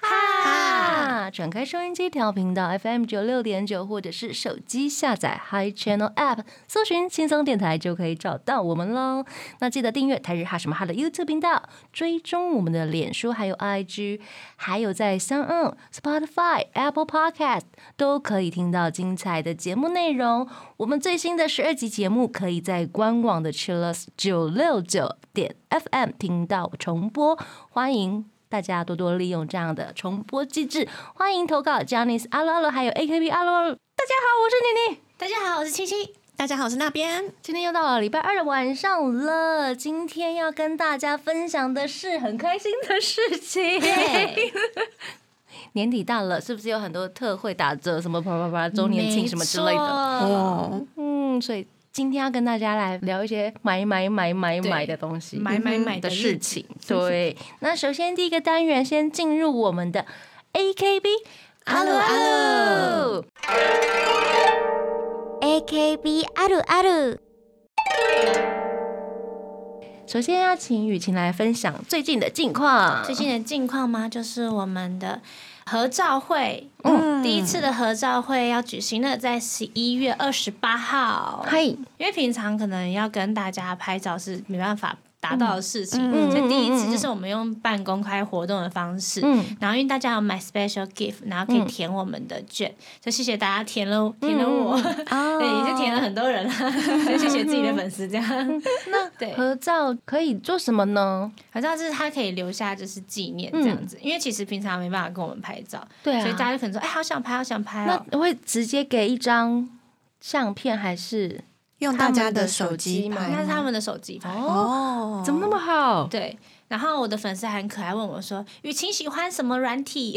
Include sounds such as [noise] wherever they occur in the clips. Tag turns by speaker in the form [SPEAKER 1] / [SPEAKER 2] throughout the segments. [SPEAKER 1] 哈，转开收音机调频道 FM 九六点九，或者是手机下载 Hi Channel App，搜寻轻松电台就可以找到我们喽。那记得订阅台日哈什么哈的 YouTube 频道，追踪我们的脸书还有 IG，还有在 s o n Spotify、Apple Podcast 都可以听到精彩的节目内容。我们最新的十二集节目可以在官网的 Chillus 九六九点 FM 听到重播，欢迎。大家多多利用这样的重播机制，欢迎投稿 j a n i c e 阿罗阿罗，还有 AKB 阿罗阿罗。大家好，我是妮妮。
[SPEAKER 2] 大家好，我是七七。大家好，我是那边。
[SPEAKER 1] 今天又到了礼拜二的晚上了，今天要跟大家分享的是很开心的事情。年底到了，是不是有很多特惠打折，什么啪啪啪周年庆什么之类的？
[SPEAKER 2] 的，
[SPEAKER 3] 哦，
[SPEAKER 1] 嗯，所以今天要跟大家来聊一些买买买买
[SPEAKER 2] 对
[SPEAKER 1] 买的东西，
[SPEAKER 2] 买买
[SPEAKER 4] 哎
[SPEAKER 2] 买
[SPEAKER 1] 的
[SPEAKER 2] 的
[SPEAKER 1] 事
[SPEAKER 2] 日子
[SPEAKER 1] 情。对，那首先第一个单元先进入我们的 AKB。
[SPEAKER 2] 阿鲁阿
[SPEAKER 1] 鲁，
[SPEAKER 4] AKB あるある
[SPEAKER 1] 首先要请雨晴来分享最近的近况。
[SPEAKER 2] 最近的近况吗？就是我们的合照会，
[SPEAKER 3] 嗯
[SPEAKER 2] 第一次的合照会要举行了，在十一月二十八号。
[SPEAKER 1] 嗨，
[SPEAKER 2] 因为平常可能要跟大家拍照是没办法达到的事情，
[SPEAKER 3] 嗯
[SPEAKER 2] 所以第一次就是我们用半公开活动的方式，
[SPEAKER 1] 嗯
[SPEAKER 2] 然后因为大家有买 special gift，然后可
[SPEAKER 3] 嗯
[SPEAKER 2] 以填我们的卷，所以谢谢大家填了填了我，
[SPEAKER 3] 嗯
[SPEAKER 2] [laughs]
[SPEAKER 3] 啊
[SPEAKER 2] 对，也是填了很多人啦，所以谢谢自己的粉丝
[SPEAKER 3] 嗯
[SPEAKER 2] 这样。那 [laughs] 对，
[SPEAKER 1] 合照可以做什么呢？
[SPEAKER 2] 好像是他可以留下就是纪念这样
[SPEAKER 3] 嗯
[SPEAKER 2] 子，因为其实平常没办法跟我们拍照，
[SPEAKER 1] 对
[SPEAKER 3] 啊
[SPEAKER 2] 所以大家就可能说，哎，好想拍，好想拍
[SPEAKER 1] 那
[SPEAKER 2] 哦。
[SPEAKER 1] 会直接给一张相片还是？
[SPEAKER 3] 用大家的手机
[SPEAKER 1] 他
[SPEAKER 2] 那
[SPEAKER 3] 拍
[SPEAKER 2] 是他们的手机拍。
[SPEAKER 3] 哦，
[SPEAKER 1] 怎么那么好？
[SPEAKER 2] 对，然后我的粉丝还很可爱，问我说：“雨晴喜欢什么软体？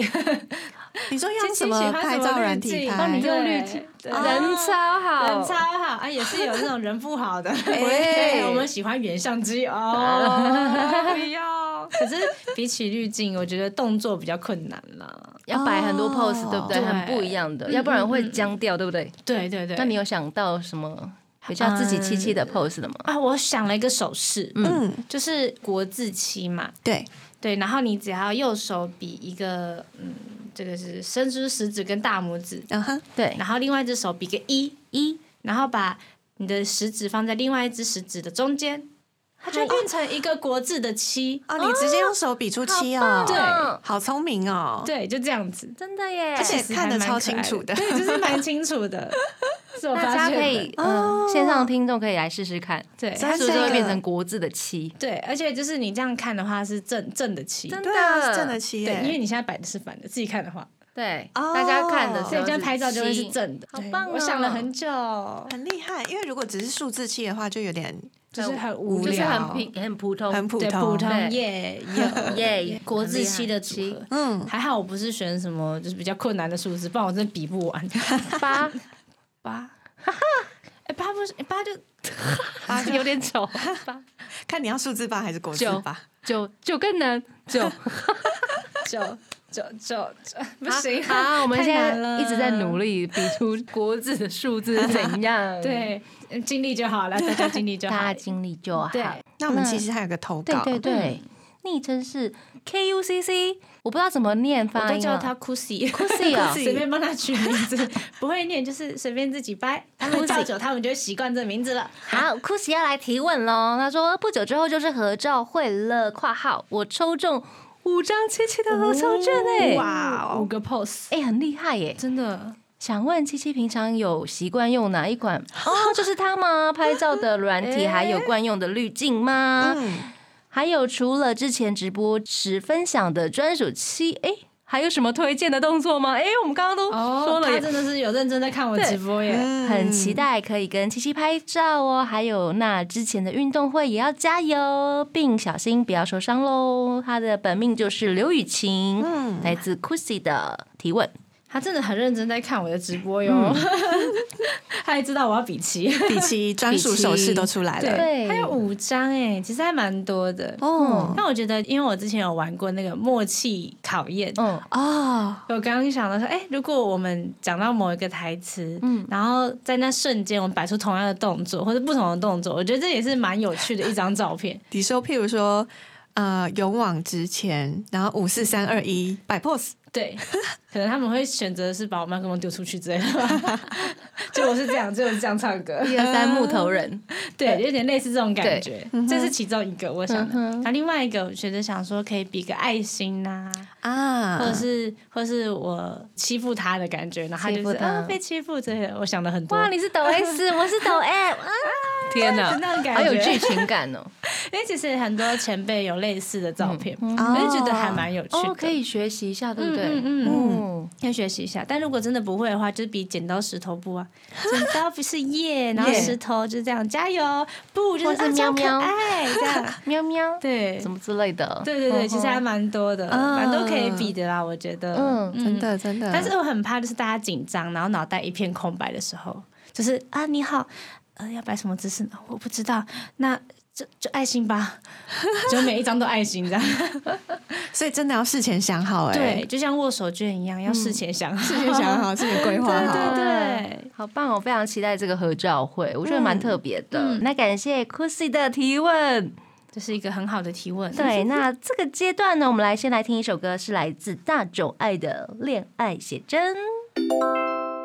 [SPEAKER 3] 你说用 [laughs] 什
[SPEAKER 2] 亲戚喜
[SPEAKER 3] 么哦
[SPEAKER 2] 欢
[SPEAKER 3] 拍
[SPEAKER 2] 什么
[SPEAKER 3] 照
[SPEAKER 2] 滤
[SPEAKER 3] 软体
[SPEAKER 2] 镜
[SPEAKER 3] 拍？哦
[SPEAKER 2] 帮
[SPEAKER 1] 你用
[SPEAKER 2] 对
[SPEAKER 1] 滤镜，
[SPEAKER 2] 对
[SPEAKER 1] 人超好，
[SPEAKER 2] 人超好啊，也是有那种人不好
[SPEAKER 3] [laughs]
[SPEAKER 2] 的。
[SPEAKER 3] 哎
[SPEAKER 2] 对，我
[SPEAKER 3] [laughs]
[SPEAKER 2] 们喜欢原相机哦，不要。可是比起滤镜，我觉得动作比较困难啦。
[SPEAKER 1] 要摆很多
[SPEAKER 3] 哦
[SPEAKER 1] pose，对不对？
[SPEAKER 2] 对
[SPEAKER 1] 很不一样的，要不然会僵掉，对不对？
[SPEAKER 2] 对对对，
[SPEAKER 1] 那你有想到什么比较自己气气的 pose 的吗？
[SPEAKER 2] 啊，我想了一个手势，
[SPEAKER 3] 嗯，
[SPEAKER 2] 就是国字七嘛，
[SPEAKER 3] 对，
[SPEAKER 2] 对，然后你只要右手比一个，嗯，这个是伸出食指跟大拇指，
[SPEAKER 3] 嗯哼，
[SPEAKER 1] 对，
[SPEAKER 2] 然后另外一只手比个一一，然后把你的食指放在另外一只食指的中间，它就变成一个国字的七，
[SPEAKER 3] 哦，你直接用手比
[SPEAKER 1] 啊
[SPEAKER 3] 出七哦，
[SPEAKER 2] 对
[SPEAKER 1] 嗯
[SPEAKER 3] 好聪明哦，，
[SPEAKER 2] 对，就这样子，
[SPEAKER 1] 真的耶！
[SPEAKER 3] 而且
[SPEAKER 2] 其实
[SPEAKER 3] 哎看
[SPEAKER 2] 还
[SPEAKER 3] 得
[SPEAKER 2] 蛮
[SPEAKER 3] 超
[SPEAKER 2] 可
[SPEAKER 3] 清
[SPEAKER 2] 爱
[SPEAKER 3] 楚的
[SPEAKER 2] 对，就是蛮清楚
[SPEAKER 3] [laughs]
[SPEAKER 2] 的，是我
[SPEAKER 1] 大
[SPEAKER 2] 发
[SPEAKER 1] 家
[SPEAKER 2] 现
[SPEAKER 1] 可
[SPEAKER 2] 的
[SPEAKER 1] 以，嗯，线上的听众可以来试试看，
[SPEAKER 2] 对，
[SPEAKER 3] 真
[SPEAKER 2] 它
[SPEAKER 1] 是不
[SPEAKER 2] 是
[SPEAKER 1] 是会
[SPEAKER 3] 这个
[SPEAKER 1] 变成国字的七？
[SPEAKER 2] 对，而且就是你这样看的话是正正的七，
[SPEAKER 1] 真
[SPEAKER 3] 对啊，
[SPEAKER 1] 的
[SPEAKER 3] 是真的七
[SPEAKER 2] 对，因为
[SPEAKER 3] 耶，
[SPEAKER 2] 你现在摆的是反的，自己看的话，
[SPEAKER 1] 对，
[SPEAKER 3] 哦
[SPEAKER 1] 大家看的时候
[SPEAKER 2] 所以
[SPEAKER 1] 是
[SPEAKER 2] 这样拍照就会是
[SPEAKER 1] 七。
[SPEAKER 2] 正的。
[SPEAKER 1] 好
[SPEAKER 2] 对
[SPEAKER 1] 棒哦
[SPEAKER 2] 我想了很久，
[SPEAKER 3] 很厉害。因为如果只是数字七的话，就有点
[SPEAKER 2] 就是很无
[SPEAKER 1] 就是
[SPEAKER 2] 聊，
[SPEAKER 1] 很平很普通，
[SPEAKER 3] 很普
[SPEAKER 2] 对
[SPEAKER 3] 通，
[SPEAKER 1] 对
[SPEAKER 2] 通 [laughs] 耶有
[SPEAKER 1] 耶
[SPEAKER 2] 国字七的组合。
[SPEAKER 3] 嗯，
[SPEAKER 2] 还好我不是选什么就是比较困难的数字，不然我真的比不完。
[SPEAKER 1] 八，
[SPEAKER 2] [laughs] 八， [laughs] 哎八不是哎八就
[SPEAKER 3] 八就
[SPEAKER 1] 有点丑，八
[SPEAKER 3] 看你要数字八还是国字
[SPEAKER 1] 九
[SPEAKER 3] 八。
[SPEAKER 1] 九九更难，九
[SPEAKER 2] [laughs] 九九九九，不行
[SPEAKER 1] 好， [laughs] 好我们
[SPEAKER 2] 太
[SPEAKER 1] 现
[SPEAKER 2] 难
[SPEAKER 1] 在
[SPEAKER 2] 了
[SPEAKER 1] 一直在努力比出国字的数字是怎 [laughs] 样，，
[SPEAKER 2] 对，嗯尽力就好了，大家尽力 [laughs] 就好
[SPEAKER 1] 大家
[SPEAKER 2] 了。
[SPEAKER 1] 尽力就好。
[SPEAKER 2] 对，
[SPEAKER 3] 那我们其实还有个投
[SPEAKER 1] 对
[SPEAKER 3] 稿，
[SPEAKER 1] 对对，昵称是 KUCC，我不知道怎么念
[SPEAKER 2] 我
[SPEAKER 1] 发
[SPEAKER 2] 都
[SPEAKER 1] 音
[SPEAKER 2] 叫
[SPEAKER 1] 啊。
[SPEAKER 2] 他哦 [laughs] Kusi。哦
[SPEAKER 1] Kusi 啊
[SPEAKER 3] Kusi
[SPEAKER 2] 随便帮他取名字，不会念就是随便自己掰。他 [laughs] 们叫久，他们就会习惯这名字了。
[SPEAKER 3] [laughs]
[SPEAKER 1] 好，库西要来提问喽。他说不久之后就是合照会了（括号我抽中五张七七的合照券诶、欸
[SPEAKER 3] 哇
[SPEAKER 2] 五
[SPEAKER 3] 哦，
[SPEAKER 2] 个 pose，
[SPEAKER 1] 哎、很厉害耶！
[SPEAKER 2] 真的
[SPEAKER 1] 想问七七平常有习惯用哪一
[SPEAKER 3] [laughs]
[SPEAKER 1] 款？哦，就是它吗？拍照的软体还有惯用的滤镜吗？
[SPEAKER 3] 嗯，
[SPEAKER 1] 还有除了之前直播时分享的专属七，哎、还有什么推荐的动作吗？哎、我们刚刚都说
[SPEAKER 2] 哦，
[SPEAKER 1] 了
[SPEAKER 2] 他
[SPEAKER 1] 耶，
[SPEAKER 2] 真的是有认真在看我直播耶。
[SPEAKER 3] 嗯
[SPEAKER 1] 很期待可以跟七七拍照哦。还有那之前的运动会也要加油，并小心不要受嗯伤喽。他的本命就是刘雨晴，来自 Kusi 的提问。
[SPEAKER 2] 他真的很认真在看我的直播哟，
[SPEAKER 1] 嗯
[SPEAKER 2] [laughs] 他还知道我要比棋，
[SPEAKER 3] 比奇专属手势都出来了，
[SPEAKER 1] 对
[SPEAKER 2] 还有五张哎，其实还蛮多的。嗯
[SPEAKER 1] 哦
[SPEAKER 2] 但我觉得，因为我之前有玩过那个默契考验，
[SPEAKER 1] [laughs] 嗯
[SPEAKER 3] 哦，
[SPEAKER 2] 我刚刚想到说，哎、如果我们讲到某一个台词，
[SPEAKER 1] 嗯
[SPEAKER 2] 然后在那瞬间我们摆出同样的动作或者不同的动作，我觉得这也是蛮有趣的一张照片。
[SPEAKER 3] 你说譬如说。呃，勇往直前，然后五四三二一摆 pose，
[SPEAKER 1] [laughs]
[SPEAKER 2] 对，可能他们会选择是把我麦克风丢出去之类的吧， [laughs] 就我是这样，就是这样唱歌，
[SPEAKER 1] 一二三木头人，
[SPEAKER 2] 对，有点类似这种感觉。
[SPEAKER 1] 嗯
[SPEAKER 2] 这是其中一个我想的，那、另外一个我觉得想说可以比个爱心呐、
[SPEAKER 1] 嗯
[SPEAKER 3] 啊，
[SPEAKER 2] 或者是或者是我欺负他的感觉，然后他
[SPEAKER 1] 欺
[SPEAKER 2] 就
[SPEAKER 1] 负
[SPEAKER 2] 是
[SPEAKER 1] 他
[SPEAKER 2] 啊被欺负之类的，我想的很多。
[SPEAKER 1] [laughs] 哇，你是抖 S，我是抖 M，啊 [laughs] 天哪
[SPEAKER 2] 就那种感觉
[SPEAKER 1] 好有剧情感 [laughs] 哦。
[SPEAKER 2] 因为其实很多前辈有类似的照片，
[SPEAKER 3] 嗯
[SPEAKER 2] 我就觉得还蛮有趣的，
[SPEAKER 1] 哦，可以学习一下，对不对？
[SPEAKER 2] 嗯嗯
[SPEAKER 1] 嗯，
[SPEAKER 2] 要学习一下。但如果真的不会的话，就是比剪刀石
[SPEAKER 1] [laughs]
[SPEAKER 2] 头布啊，剪刀不是耶，然后
[SPEAKER 1] 耶
[SPEAKER 2] 石头就是这样加油，布就
[SPEAKER 1] 或
[SPEAKER 2] 是
[SPEAKER 1] 是
[SPEAKER 2] 啊这样
[SPEAKER 1] 喵喵
[SPEAKER 2] 可爱这样，
[SPEAKER 1] [laughs] 喵喵，
[SPEAKER 2] 对
[SPEAKER 1] 什。么之类的。嗯
[SPEAKER 2] 对对对，其实还蛮多的，蛮多可以
[SPEAKER 3] 嗯
[SPEAKER 2] 比的啦，我觉得。
[SPEAKER 1] 嗯
[SPEAKER 3] 真的真的，
[SPEAKER 2] 但是我很怕，就是大家紧张，然后脑袋一片空白的时候，就是啊，你好，呃，要摆什么姿势呢？我不知道，那就就爱心吧， [laughs] 就每一张都爱心这
[SPEAKER 1] [laughs]
[SPEAKER 2] 样。
[SPEAKER 3] 所以真的要事前想好哎、
[SPEAKER 2] 对，，就像握手券一样，要事前想。
[SPEAKER 3] 事前想好，事前规划
[SPEAKER 2] 对
[SPEAKER 3] 好。
[SPEAKER 2] 对，
[SPEAKER 1] 好棒哦！非常期待这个合照会，我觉得蛮特别的。那感谢 Kusi 的提 [laughs] 问。
[SPEAKER 2] [laughs] 这是一个很好的提问。嗯
[SPEAKER 1] 对，那这个阶段呢，我们来先来听一首歌，是来自大冢爱的《恋爱写真》。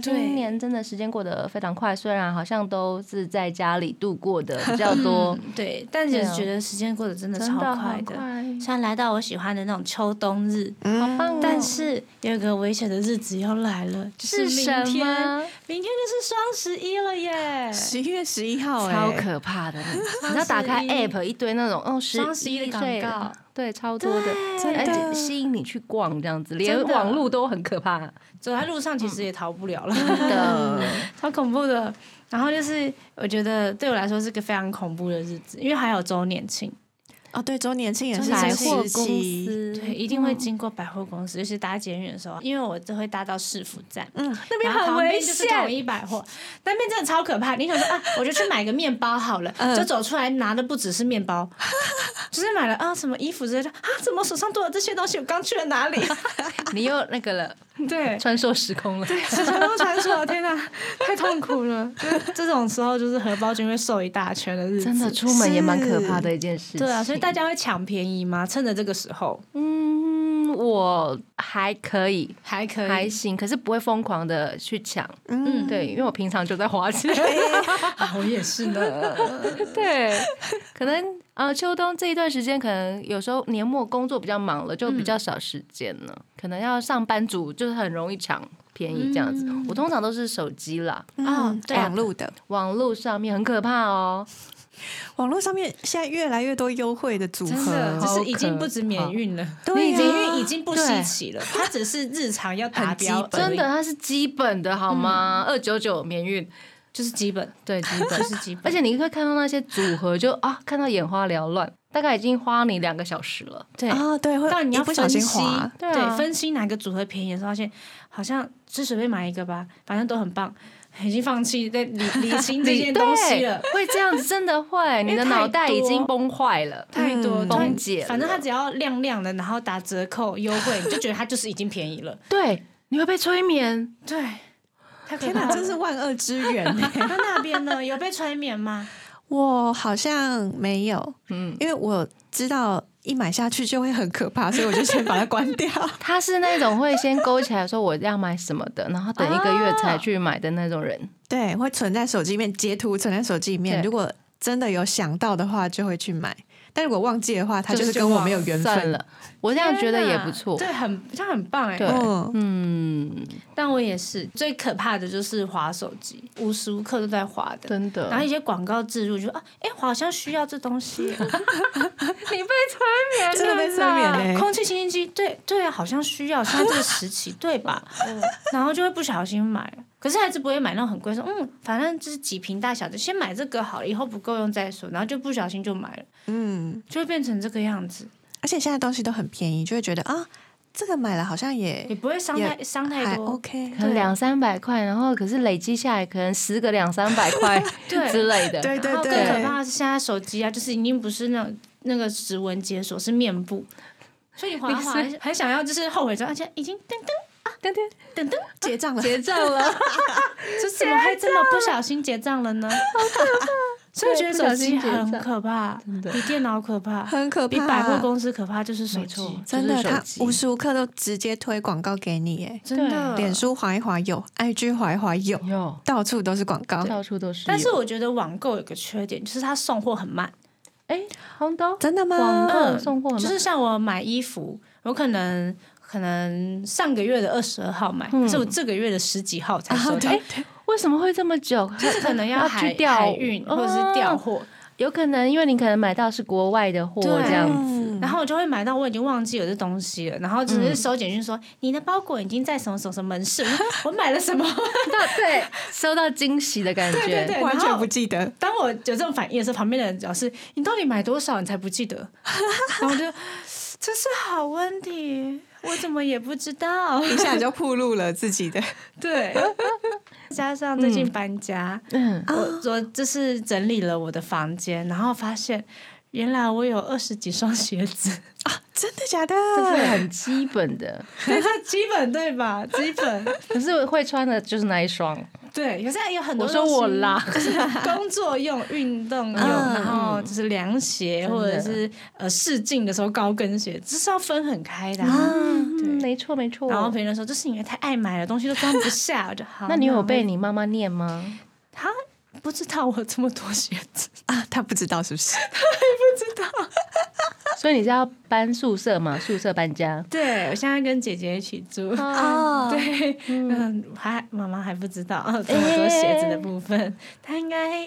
[SPEAKER 2] 对
[SPEAKER 1] 今年真的时间过得非常快，虽然好像都是在家里度过的比较多，
[SPEAKER 2] 对，但
[SPEAKER 1] 对
[SPEAKER 2] 是
[SPEAKER 1] 啊
[SPEAKER 2] 觉得时间过得真
[SPEAKER 1] [laughs]
[SPEAKER 2] 的
[SPEAKER 1] 真
[SPEAKER 2] 超
[SPEAKER 1] 的
[SPEAKER 2] 快
[SPEAKER 1] 好
[SPEAKER 2] 的。
[SPEAKER 1] 快，
[SPEAKER 2] 虽然来到我喜欢的那种秋冬日，
[SPEAKER 1] 好棒哦！
[SPEAKER 2] 但是有一个危险的日子要来了，就是
[SPEAKER 1] 是什
[SPEAKER 2] 明天，
[SPEAKER 1] 么？
[SPEAKER 2] 明天就是双十一了耶！
[SPEAKER 3] 十一月十一号、哎，
[SPEAKER 1] 超可怕的！ [laughs] 你知道打开 App 一堆那种哦，十
[SPEAKER 2] 双十一的广
[SPEAKER 1] 岁
[SPEAKER 2] 告，
[SPEAKER 1] 对，超多的，
[SPEAKER 3] 真的
[SPEAKER 1] 而且吸引你去逛这样子，连
[SPEAKER 2] 真的
[SPEAKER 1] 网路都很可怕。
[SPEAKER 2] [laughs] 走在路上其实也逃不了了，
[SPEAKER 1] 的，
[SPEAKER 2] [laughs]
[SPEAKER 1] [laughs]
[SPEAKER 2] 超恐怖的。然后就是我觉得对我来说是个非常恐怖的日子，因为还有周年庆，
[SPEAKER 3] 哦，对，周年庆也是
[SPEAKER 2] 百
[SPEAKER 3] 这
[SPEAKER 2] 货
[SPEAKER 3] 时期，
[SPEAKER 2] 对，一定会经过百货公司，尤其搭捷运的时候，因为我就会搭到市府站， [laughs]
[SPEAKER 3] 嗯，
[SPEAKER 2] 那边
[SPEAKER 1] 很危
[SPEAKER 2] 就是
[SPEAKER 1] 险
[SPEAKER 2] 统一百货，那边真的超可怕。你想说啊， [laughs] 我就去买个面包好了，就走出来拿的不只是面 [laughs] 包，就是买了啊什么衣服之类的啊，怎么手上多了这些东西？我刚去了哪里？
[SPEAKER 1] [laughs] 你又那个了，
[SPEAKER 2] [laughs] 对，
[SPEAKER 1] 穿梭时空了。
[SPEAKER 2] 时空传说，天 [laughs] 哪，太痛苦了！就是这种时候，就是荷包就会瘦一大圈的日子，
[SPEAKER 1] 真的出门也蛮可怕的一件事情。
[SPEAKER 2] 对啊，所以大家会抢便宜吗？趁着这个时候
[SPEAKER 1] 嗯，我还可以，
[SPEAKER 2] 还可
[SPEAKER 1] 还行，可是不会疯狂的去抢。
[SPEAKER 3] 嗯，
[SPEAKER 1] 对，因为我平常就在花钱。
[SPEAKER 2] 啊，我也 [laughs] 是呢。
[SPEAKER 1] 对，可能呃，秋冬这一段时间，可能有时候年末工作比较忙了，就比较少时间了。可能要上班族，就是很容易抢便宜这样子。我通常都是手机啦，
[SPEAKER 3] 啊，
[SPEAKER 2] 对啊
[SPEAKER 3] 网络的，
[SPEAKER 1] 网络上面很可怕哦。
[SPEAKER 3] 网络上面现在越来越多优惠的组
[SPEAKER 2] 真的，
[SPEAKER 3] 合
[SPEAKER 2] 就，
[SPEAKER 1] 好
[SPEAKER 2] 是已经不止免运了，
[SPEAKER 3] 对啊
[SPEAKER 2] 你已经运已经不稀奇了，它只是日常要达标
[SPEAKER 3] 很基，
[SPEAKER 1] 真的，，它是基本的好吗？二九九免运，
[SPEAKER 2] 就是基本，
[SPEAKER 1] 对，基本
[SPEAKER 2] 就是基 [laughs] 本。
[SPEAKER 1] 而且你会看到那些组合就，啊，看到眼花缭乱，大概已经花你两个小时了。
[SPEAKER 2] 对，
[SPEAKER 3] 啊，对，会
[SPEAKER 2] 到你要
[SPEAKER 3] 一不小
[SPEAKER 2] 分
[SPEAKER 3] 心
[SPEAKER 2] 析
[SPEAKER 3] 滑，，
[SPEAKER 1] 对啊
[SPEAKER 2] 分析哪个组合便宜的时候，发现好像就随便买一个吧，反正都很棒，已经放弃在理理清这件东西了。
[SPEAKER 1] [laughs] 对，会这样子真的会，你
[SPEAKER 2] 因为
[SPEAKER 1] 的
[SPEAKER 2] 太
[SPEAKER 1] 脑袋已
[SPEAKER 2] 多
[SPEAKER 1] 经崩坏了。
[SPEAKER 2] 太多
[SPEAKER 3] 嗯
[SPEAKER 2] 突然
[SPEAKER 1] 崩解了
[SPEAKER 2] 呃反正它只要亮亮的，然后打折扣优惠， [laughs] 你就觉得它就是已经便宜了。
[SPEAKER 1] 对，你会被催眠。
[SPEAKER 2] 对，太可
[SPEAKER 3] 天
[SPEAKER 2] 怕
[SPEAKER 3] 哪，
[SPEAKER 2] 了。
[SPEAKER 3] 真是万恶之源
[SPEAKER 2] [laughs]
[SPEAKER 3] 哎！
[SPEAKER 2] 那那边呢？有被催眠吗？
[SPEAKER 3] 我好像没有，
[SPEAKER 1] 嗯，
[SPEAKER 3] 因为我知道一买下去就会很可怕，所以我就先把它关掉。
[SPEAKER 1] 他是那种会先勾起来说我要买什么的，然后等一个月才去买的那种人。
[SPEAKER 3] 对，会存在手机里面，截图存在手机里面。
[SPEAKER 1] 对
[SPEAKER 3] 如果真的有想到的话，就会去买。但如果忘记的
[SPEAKER 2] 啊
[SPEAKER 3] 话，它
[SPEAKER 1] 就
[SPEAKER 3] 就是是跟我没有缘
[SPEAKER 1] 算
[SPEAKER 3] 分。
[SPEAKER 1] 了， [laughs] 我这样觉得也不错。
[SPEAKER 2] 对，很这样很棒哎。
[SPEAKER 1] 对
[SPEAKER 3] 嗯，
[SPEAKER 1] 嗯，
[SPEAKER 2] 但我也是，最可怕的就是滑手机，无时无刻都在滑的。
[SPEAKER 1] 真的。
[SPEAKER 2] 然后一些广告植入就说啊，哎、我好像需要这东西。你被催眠了，
[SPEAKER 3] 真的被催眠欸
[SPEAKER 2] 空气清新机，对对啊，好像需要，现在这个时期，
[SPEAKER 3] [laughs]
[SPEAKER 2] 对吧？
[SPEAKER 3] 嗯
[SPEAKER 2] 然后就会不小心买，可是还是不会买那种很贵，说嗯，反正就是几瓶大小的，先买这个好了，以后不够用再说，然后就不小心就买了，嗯，就会变成这个样子，
[SPEAKER 3] 而且现在东西都很便宜，就会觉得啊，这个买了好像
[SPEAKER 2] 也
[SPEAKER 3] 也
[SPEAKER 2] 不会伤
[SPEAKER 3] 哎也哎哦
[SPEAKER 2] 太伤太
[SPEAKER 3] 还
[SPEAKER 2] 多。
[SPEAKER 3] OK。
[SPEAKER 1] 可能两三百块，然后可是累积下来可能十个两三百块
[SPEAKER 2] 对 [laughs]
[SPEAKER 1] 之类的，
[SPEAKER 3] 对对
[SPEAKER 2] 然后更可
[SPEAKER 3] 对，
[SPEAKER 2] 怕的是现在手机啊，就是已经不是那种那个指纹解锁，是面部，所以你滑一滑
[SPEAKER 1] 你
[SPEAKER 2] 很想要，就是后悔说，而且已经噔噔
[SPEAKER 1] 对对，
[SPEAKER 2] 噔噔，
[SPEAKER 3] 结账了，
[SPEAKER 1] 结账了，
[SPEAKER 2] [laughs] 这怎么会这么不小心结账了呢？所以我觉得手机很可怕，比电脑可怕，
[SPEAKER 3] 很可怕。
[SPEAKER 2] 比百货公司可怕，就是手机
[SPEAKER 1] 错，
[SPEAKER 3] 真的，
[SPEAKER 1] 就是手
[SPEAKER 3] 它
[SPEAKER 1] 机
[SPEAKER 3] 无时无刻都直接推广告给你，哎，
[SPEAKER 2] 真的。
[SPEAKER 3] 脸书划一划有，IG 划一划有，
[SPEAKER 1] 有
[SPEAKER 3] 到处都是广告，
[SPEAKER 1] 到处都是有。
[SPEAKER 2] 但是我觉得网购有个缺点，就是它送货很慢。
[SPEAKER 1] 哎，红豆
[SPEAKER 3] 真的
[SPEAKER 1] 网
[SPEAKER 3] 吗？
[SPEAKER 1] 购送货吗
[SPEAKER 2] 就是像我买衣服，我可能可能上个月的二十二号买，可是我这个月的十几号
[SPEAKER 1] [laughs]
[SPEAKER 2] 才收到。
[SPEAKER 1] 哎为什么会这么久？
[SPEAKER 2] 就是可
[SPEAKER 1] [laughs]
[SPEAKER 2] 能
[SPEAKER 1] 要
[SPEAKER 2] 要
[SPEAKER 1] 去哦
[SPEAKER 2] 海
[SPEAKER 1] 调
[SPEAKER 2] 海运或者是调货，
[SPEAKER 1] 有可能因为你可能买到是国外的货
[SPEAKER 2] 对
[SPEAKER 1] 这样子，
[SPEAKER 3] 嗯
[SPEAKER 2] 然后我就会买到我已经忘记有这东西了，然后只是收简讯说、你的包裹已经在什么什么什么门市，我说我买了什么？ [laughs]
[SPEAKER 1] 对，收到惊喜的感觉。
[SPEAKER 2] 对对
[SPEAKER 3] 完全
[SPEAKER 2] 然后
[SPEAKER 3] 不记得，
[SPEAKER 2] 当我有这种反应的时候，旁边的人表示你到底买多少，你才不记得？ [laughs] 然后我就这是好问题，我怎么也不知道。 [laughs]
[SPEAKER 3] 一下就暴露了自己的。
[SPEAKER 2] 对，加上最近搬家，
[SPEAKER 1] 嗯，
[SPEAKER 2] 我我就是整理了我的房间，然后发现原来我有二十几双鞋子，
[SPEAKER 3] [laughs]
[SPEAKER 2] [laughs]
[SPEAKER 3] 真的假的？
[SPEAKER 1] 这是很基本的，
[SPEAKER 2] 这是基本对吧？基本
[SPEAKER 1] 可是会穿的就是那一双。
[SPEAKER 2] 对，可是有很多
[SPEAKER 1] 我说
[SPEAKER 2] 东西
[SPEAKER 1] 我啦，
[SPEAKER 2] 就是工作用、运动
[SPEAKER 1] [laughs]
[SPEAKER 2] 用，
[SPEAKER 3] 嗯
[SPEAKER 2] 然后就是凉鞋
[SPEAKER 1] 真的
[SPEAKER 2] 或者是呃试镜的时候高跟鞋，这是要分很开的啊、
[SPEAKER 1] 嗯，没错没错。
[SPEAKER 2] 然后别人说，这是因为太爱买了，东西都装不下。我就好，
[SPEAKER 1] 那你有被
[SPEAKER 2] 我
[SPEAKER 1] 你妈妈念吗？
[SPEAKER 2] 他不知道我有这么多鞋
[SPEAKER 1] [laughs]
[SPEAKER 2] 子，
[SPEAKER 3] 啊，他不知道是不 [laughs] 是？
[SPEAKER 1] 所以你是要搬宿舍嘛？宿舍搬家。
[SPEAKER 2] 对我现在跟姐姐一起住。
[SPEAKER 1] 啊
[SPEAKER 3] 哦，
[SPEAKER 2] [laughs] 对，嗯，还妈妈还不知道 [laughs]
[SPEAKER 1] 哎
[SPEAKER 2] 呃这么多鞋子的部分，她应该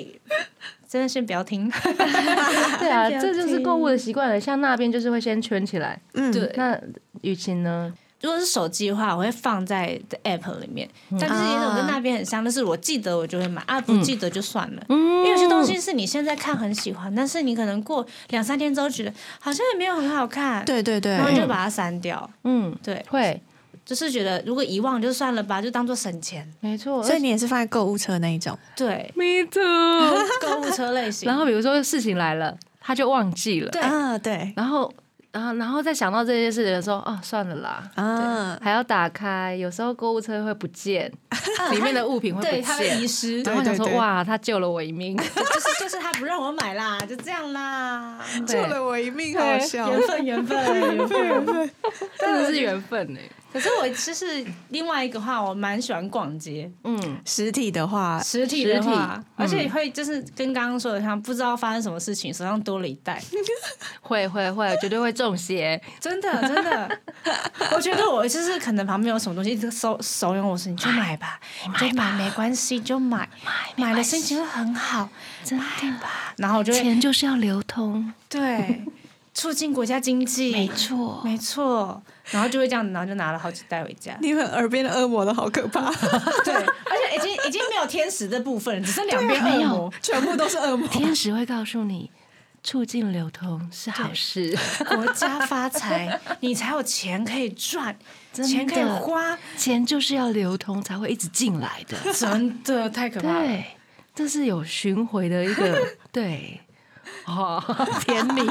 [SPEAKER 2] 真的是不要
[SPEAKER 1] [laughs]
[SPEAKER 2] 听。[laughs]
[SPEAKER 1] 对啊，
[SPEAKER 2] 不要
[SPEAKER 1] 这就是购物的习惯了。像那边就是会先圈起来。
[SPEAKER 3] 嗯，
[SPEAKER 2] 对
[SPEAKER 1] 那雨晴呢？
[SPEAKER 2] 如果是手机的话，我会放在 App 里面，
[SPEAKER 1] 嗯
[SPEAKER 2] 但就是有一种
[SPEAKER 3] 啊
[SPEAKER 2] 跟那边很像，但是我记得我就会买，啊不记得就算了。因
[SPEAKER 1] 嗯
[SPEAKER 2] 为有些东西是你现在看很喜欢，但是你可能过两三天之后觉得好像也没有很好看，，
[SPEAKER 3] 对对对
[SPEAKER 2] 然，后就把它删掉。
[SPEAKER 1] 嗯，
[SPEAKER 2] 对，
[SPEAKER 1] 会，
[SPEAKER 2] 就是觉得如果遗忘就算了吧，就当做省钱。
[SPEAKER 1] 没错。，
[SPEAKER 3] 所以你也是放在购物车那一种。
[SPEAKER 2] 对
[SPEAKER 1] me [laughs]
[SPEAKER 2] [laughs]
[SPEAKER 1] too。
[SPEAKER 2] 购物车类型。
[SPEAKER 1] 然后比如说事情来了，他就忘记了。
[SPEAKER 2] 对
[SPEAKER 3] 啊，对
[SPEAKER 1] 然后，然后，然后再想到这件事情的时候，啊，算了啦。
[SPEAKER 2] [laughs]
[SPEAKER 3] 啊，
[SPEAKER 1] 还要打开，有时候购物车会不见，里面的物品会
[SPEAKER 2] 啊对
[SPEAKER 1] 不
[SPEAKER 2] 它会遗
[SPEAKER 1] 见， [laughs]
[SPEAKER 2] 失，
[SPEAKER 1] 然后想说
[SPEAKER 3] 对对对
[SPEAKER 1] 哇，他救了我一
[SPEAKER 2] [laughs]
[SPEAKER 1] 命，
[SPEAKER 2] 就是就是他不让我买啦，就这样啦，
[SPEAKER 1] 对，
[SPEAKER 3] 我一命，
[SPEAKER 2] 缘分缘
[SPEAKER 1] [laughs]
[SPEAKER 2] 分缘分。
[SPEAKER 1] 真的是缘分欸呢。
[SPEAKER 2] 可是我就是另外一个话，我蛮喜欢逛街，
[SPEAKER 1] 嗯，
[SPEAKER 3] 实体的话，
[SPEAKER 2] 实体嗯的
[SPEAKER 1] 实
[SPEAKER 2] 话
[SPEAKER 1] 体，
[SPEAKER 2] 而且会就是跟刚刚说的一样，不知道发生什么事情，手上多了一袋，
[SPEAKER 1] 会会会，绝对会中邪。
[SPEAKER 2] 真的真 [laughs] 的。我觉得我就是可能旁边有什么东西，一直怂怂恿我说你去买吧，你就买没关系，你就买，买了心情会很好，
[SPEAKER 1] 真的，
[SPEAKER 2] 然后我就会
[SPEAKER 1] 钱就是要流通，
[SPEAKER 2] 对。促进国家经济，没
[SPEAKER 1] 错
[SPEAKER 2] 没错，然后就会这样，然后就拿了好几袋回 [laughs] 家。
[SPEAKER 3] 你们耳边的恶魔都好可 [laughs] 怕，
[SPEAKER 2] 对，而且已经已经没有天使的部分了，只剩两边恶魔。
[SPEAKER 3] 全部都是恶魔。
[SPEAKER 1] 天使会告诉你，促进流通是好事，
[SPEAKER 2] 国家发财，你才有钱可以赚，
[SPEAKER 1] 真的
[SPEAKER 2] 钱可以花，
[SPEAKER 1] 钱就是要流通才会一直进来 [laughs] 的。
[SPEAKER 2] 真的太可怕了。
[SPEAKER 1] 对，这是有巡回的一个对。 [laughs] 哦，甜 [laughs]
[SPEAKER 2] [laughs]
[SPEAKER 1] 蜜，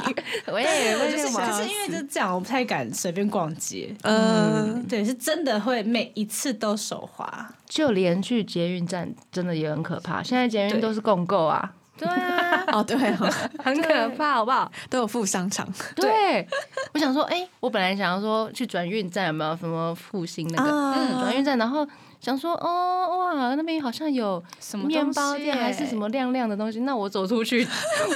[SPEAKER 1] 喂，
[SPEAKER 2] 我
[SPEAKER 1] 为
[SPEAKER 2] 就
[SPEAKER 1] 什
[SPEAKER 2] 是，
[SPEAKER 1] 么？
[SPEAKER 2] 可是因为就这样，我不太敢随便逛街。
[SPEAKER 3] 嗯，
[SPEAKER 2] 对，是真的会每一次都手滑。
[SPEAKER 1] 就连去捷运站，真的也很可怕。现在捷运
[SPEAKER 2] 对
[SPEAKER 1] 都是共购啊，
[SPEAKER 2] 对
[SPEAKER 1] [laughs]
[SPEAKER 2] 啊，
[SPEAKER 3] 哦对哦，
[SPEAKER 1] 很可怕，好不好？
[SPEAKER 3] 都有副商场
[SPEAKER 1] 对，我想说，哎、我本来想要说去转运站有没有什么复兴那个
[SPEAKER 3] 啊
[SPEAKER 1] 转运站，然后想说哦哇，那边好像有
[SPEAKER 2] 什么
[SPEAKER 1] 面包
[SPEAKER 2] 东西
[SPEAKER 1] 店还是什么亮亮的东西，那我走出去，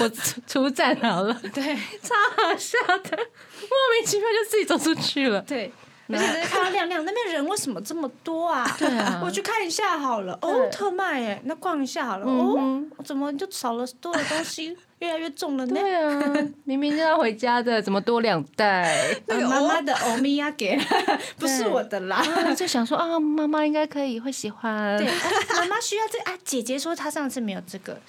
[SPEAKER 1] 我出出站好了，
[SPEAKER 2] 对
[SPEAKER 1] 超好笑的，莫名其妙就自己走出去了。
[SPEAKER 2] 对。而且真的看到亮亮那边人为什么这么多啊？
[SPEAKER 1] 对啊
[SPEAKER 2] [laughs] 我去看一下好了。哦
[SPEAKER 1] 对，
[SPEAKER 2] 特卖哎，那逛一下好了。
[SPEAKER 1] 嗯
[SPEAKER 2] 哦，怎么就少了多的东西，越来越重了呢？
[SPEAKER 1] 对啊，明明就要回家的，怎么多两袋？
[SPEAKER 2] 呃妈妈的欧米亚 [laughs] 给，不是我的啦。
[SPEAKER 1] 啊就想说啊，妈妈应该可以会喜欢。
[SPEAKER 2] [laughs] 对，啊妈妈需要这个啊。姐姐说她上次没有这个，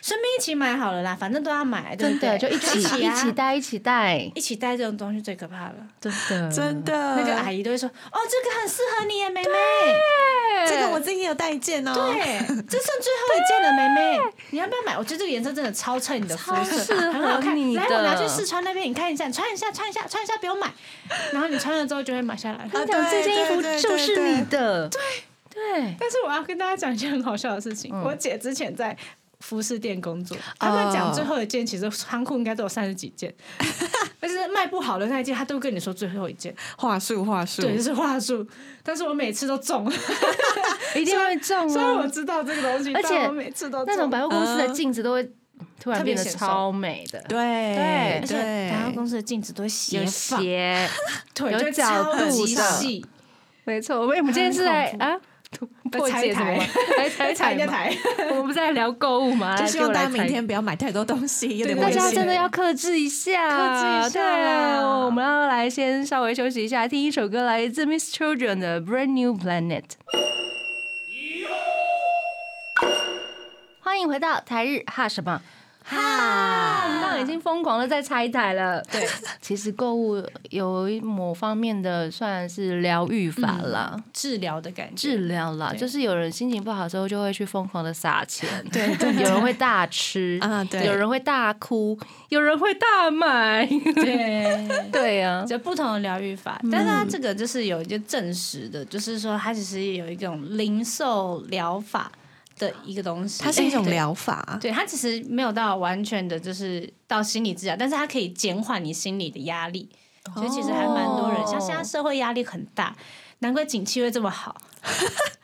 [SPEAKER 2] 顺便一起买好了啦，反正都要买，对
[SPEAKER 1] 真
[SPEAKER 2] 不
[SPEAKER 1] 的
[SPEAKER 2] 对？
[SPEAKER 1] 就一起
[SPEAKER 2] 起
[SPEAKER 1] 一
[SPEAKER 2] 啊
[SPEAKER 1] 起带一起带，
[SPEAKER 2] 一起带这种东西最可怕了。
[SPEAKER 1] 真的
[SPEAKER 3] 真的，
[SPEAKER 2] 那个阿姨都会说：“哦，这个很适合你耶，妹妹。
[SPEAKER 3] 这个我最近有带一件哦，
[SPEAKER 2] 对，这剩最后一件了，妹妹，你要不要买？我觉得这个颜色真的超衬你的肤色，
[SPEAKER 1] 适
[SPEAKER 2] 很好
[SPEAKER 1] 合你
[SPEAKER 2] 看。来，
[SPEAKER 1] 的
[SPEAKER 2] 我拿去试穿那边，你看一下，你穿一下，穿一下，穿一下，不用
[SPEAKER 1] [laughs]
[SPEAKER 2] 买。然后你穿了之后就会买下来。
[SPEAKER 1] 他讲这件衣服
[SPEAKER 3] 对对对
[SPEAKER 1] 就是
[SPEAKER 3] 对
[SPEAKER 1] 你的，对对，
[SPEAKER 2] 但是我要跟大家讲一件很好笑的事情，
[SPEAKER 1] 嗯
[SPEAKER 2] 我姐之前在。服饰店工
[SPEAKER 1] 哦
[SPEAKER 2] 作，他们讲最后一件，其实仓库应该都有三十几
[SPEAKER 1] [laughs]
[SPEAKER 2] 件，但是卖不好的那一件，他都跟你说最后一件，
[SPEAKER 3] 话术话术，
[SPEAKER 2] 对，是话术。但是我每次都中，
[SPEAKER 1] 一定会中
[SPEAKER 2] [laughs] 虽然我
[SPEAKER 1] 哦。
[SPEAKER 2] 知道这个东西，
[SPEAKER 1] 而且
[SPEAKER 2] 但我每次都
[SPEAKER 1] 那种
[SPEAKER 2] 中
[SPEAKER 1] 百货公司的镜子都会突然
[SPEAKER 2] 特
[SPEAKER 1] 变
[SPEAKER 2] 别
[SPEAKER 1] 得
[SPEAKER 2] 显瘦
[SPEAKER 1] 超美的，对
[SPEAKER 3] 对
[SPEAKER 2] 而且百货
[SPEAKER 3] 对，
[SPEAKER 2] 公司的镜子都会斜
[SPEAKER 1] 有
[SPEAKER 2] 放，
[SPEAKER 1] 斜，
[SPEAKER 2] 腿
[SPEAKER 1] 有
[SPEAKER 2] 就
[SPEAKER 1] 角
[SPEAKER 2] 超
[SPEAKER 1] 度
[SPEAKER 2] 级
[SPEAKER 1] 的
[SPEAKER 2] 细，
[SPEAKER 1] 没错。我们我们今天是在
[SPEAKER 2] 很
[SPEAKER 1] 啊破
[SPEAKER 2] 拆
[SPEAKER 1] 解什么
[SPEAKER 2] 台
[SPEAKER 1] 吗？来 [laughs] 拆
[SPEAKER 2] 踩一
[SPEAKER 1] 台
[SPEAKER 2] 下
[SPEAKER 1] 吗？
[SPEAKER 2] 台。
[SPEAKER 1] 我们不是在聊购物吗？
[SPEAKER 3] 哎就
[SPEAKER 1] 来
[SPEAKER 3] 希
[SPEAKER 1] 我
[SPEAKER 3] 望大
[SPEAKER 1] 来
[SPEAKER 3] 家明
[SPEAKER 1] 猜
[SPEAKER 3] 天不要买太多东西，有点
[SPEAKER 2] 对
[SPEAKER 1] 大
[SPEAKER 3] 危
[SPEAKER 1] 家
[SPEAKER 3] 险。
[SPEAKER 1] 真的要克制一下，
[SPEAKER 2] 克制一下啦
[SPEAKER 1] 对，啊我们要来先稍微休息一下，听一首歌来自 Miss Children 的《Brand New Planet》。欢迎回到台日哈什么哈？我们刚刚已经疯狂的在拆台了。对， [laughs] 其实购物有一某方面的算是疗愈法啦、
[SPEAKER 2] 治疗的感觉，
[SPEAKER 1] 治疗啦，
[SPEAKER 2] 对
[SPEAKER 1] 就是有人心情不好的时候就会去疯狂的撒 [laughs] 钱，
[SPEAKER 3] 对对
[SPEAKER 1] 有人会大吃
[SPEAKER 3] 啊对
[SPEAKER 1] 有人会大哭，有人会大 [laughs] 买，
[SPEAKER 2] 对。
[SPEAKER 1] 对啊呀、
[SPEAKER 2] 就不同的疗愈法，但是它这个就是有一个证实的，就是说它其实有一种零售疗法的一个东西，
[SPEAKER 3] 它是一种
[SPEAKER 2] 对
[SPEAKER 3] 疗法，啊
[SPEAKER 2] 对，它其实没有到完全的，就是到心理治疗，但是它可以减缓你心理的压力。所以其实还蛮多人，像现在社会压力很大，难怪景气会这么好。 [laughs]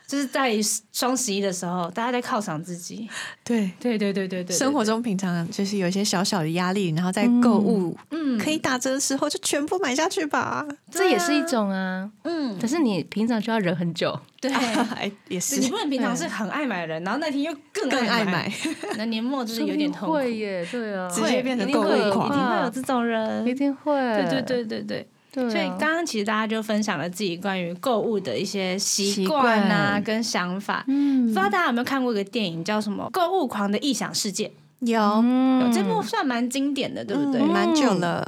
[SPEAKER 2] 就是在双十一的时候，大家在犒赏自己。
[SPEAKER 3] 对。
[SPEAKER 2] 对对对对对
[SPEAKER 3] 生活中平常就是有一些小小的压力，然后在购物，
[SPEAKER 2] 嗯
[SPEAKER 3] 可以打折的时候就全部买下去吧。
[SPEAKER 1] 这也是一种啊。
[SPEAKER 2] 嗯，
[SPEAKER 1] 可是你平常就要忍很久，
[SPEAKER 2] [laughs] 对。
[SPEAKER 3] 哎， [laughs] 也
[SPEAKER 2] 就是你不能平常是很爱买的人，然后那天又更
[SPEAKER 3] 更爱买，，
[SPEAKER 2] 那年末就是有点痛苦，
[SPEAKER 1] 会耶，对啊，
[SPEAKER 3] 直接变成
[SPEAKER 1] 一定
[SPEAKER 3] 购
[SPEAKER 1] 会
[SPEAKER 3] 物
[SPEAKER 2] 一
[SPEAKER 3] 狂。
[SPEAKER 2] 定会有这种人
[SPEAKER 1] 一。定会，
[SPEAKER 2] 对对对对对。
[SPEAKER 1] 对啊，
[SPEAKER 2] 所以刚刚其实大家就分享了自己关于购物的一些习惯啊
[SPEAKER 1] 习惯
[SPEAKER 2] 跟想法。不
[SPEAKER 1] 嗯
[SPEAKER 2] 知道大家有没有看过一个电影叫什么《购物狂的异想世界》？
[SPEAKER 3] 有，
[SPEAKER 1] 嗯
[SPEAKER 2] 这部算蛮经典的，对不对？
[SPEAKER 3] 嗯蛮久了。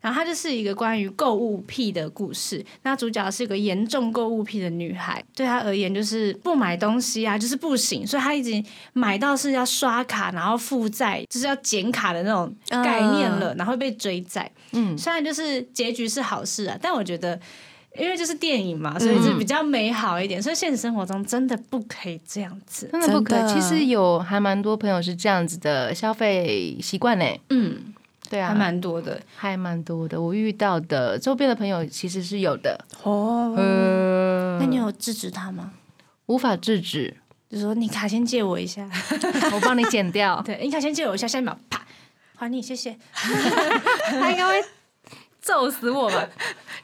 [SPEAKER 2] 然后它就是一个关于购物癖的故事。那主角是一个严重购物癖的女孩，对她而言就是不买东西啊，就是不行，所以她已经买到是要刷卡，然后负债，就是要减卡的那种
[SPEAKER 3] 嗯
[SPEAKER 2] 概念了，然后被追债。
[SPEAKER 1] 嗯
[SPEAKER 2] 虽然就是结局是好事啊，但我觉得。因为就是电影嘛，所以是比较美好一点，所以现实生活中真的不可以这样子。
[SPEAKER 1] 真的不可
[SPEAKER 3] 真的
[SPEAKER 1] 以。其实有还蛮多朋友是这样子的消费习惯嘞，
[SPEAKER 2] 嗯，
[SPEAKER 1] 对啊，
[SPEAKER 2] 还蛮多的。
[SPEAKER 1] 还蛮多的，我遇到的周边的朋友其实是有的，
[SPEAKER 3] 哦，
[SPEAKER 1] 呃，
[SPEAKER 2] 那你有制止他吗？
[SPEAKER 1] 无法制
[SPEAKER 2] [laughs]
[SPEAKER 1] 止，
[SPEAKER 2] 就说你卡先借我一下。，
[SPEAKER 1] 我帮你剪掉
[SPEAKER 2] 对，你卡先借我一下，下一秒啪还你，谢 [laughs] 谢。
[SPEAKER 1] 他应该会揍死我吧？
[SPEAKER 2] [laughs]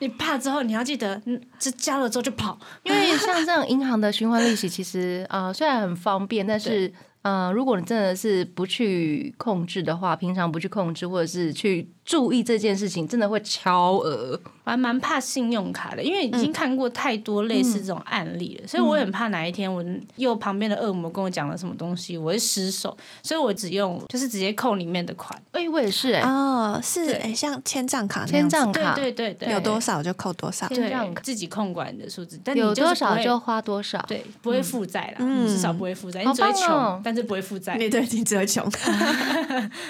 [SPEAKER 2] 你怕之后，你要记得，嗯，这交了之后就跑。
[SPEAKER 1] 因为像这样银行的循环利息，其实呃虽然很方便，但是呃如果你真的是不去控制的话，平常不去控制或者是去注意这件事情，真的会超额。
[SPEAKER 2] 我还蛮怕信用卡的，因为已经看过太多类
[SPEAKER 1] 嗯
[SPEAKER 2] 似这种案例了，所以我很怕哪一天我右旁边的恶魔跟我讲了什么东西，我会失手，所以我只用就是直接扣里面的款。
[SPEAKER 1] 哎、我也是哎、
[SPEAKER 2] 啊
[SPEAKER 3] 哦，是
[SPEAKER 2] 对
[SPEAKER 3] 哎，像千账卡那
[SPEAKER 1] 千
[SPEAKER 3] 样子，
[SPEAKER 1] 账
[SPEAKER 2] 对
[SPEAKER 1] 卡
[SPEAKER 2] 对对对，
[SPEAKER 3] 有多少就扣多少。
[SPEAKER 1] 千账
[SPEAKER 2] 对
[SPEAKER 1] 卡
[SPEAKER 2] 自己控管你的数字，但你
[SPEAKER 1] 有
[SPEAKER 2] 就是
[SPEAKER 1] 多
[SPEAKER 2] 不
[SPEAKER 1] 少
[SPEAKER 2] 会
[SPEAKER 1] 就花多少，
[SPEAKER 2] 对，不会负债啦，
[SPEAKER 3] 嗯
[SPEAKER 2] 你至少不会负债，
[SPEAKER 1] 好
[SPEAKER 2] 你只会
[SPEAKER 1] 棒
[SPEAKER 2] 穷，
[SPEAKER 1] 哦
[SPEAKER 2] 但是不会负债。
[SPEAKER 3] [laughs] 你对你只会穷，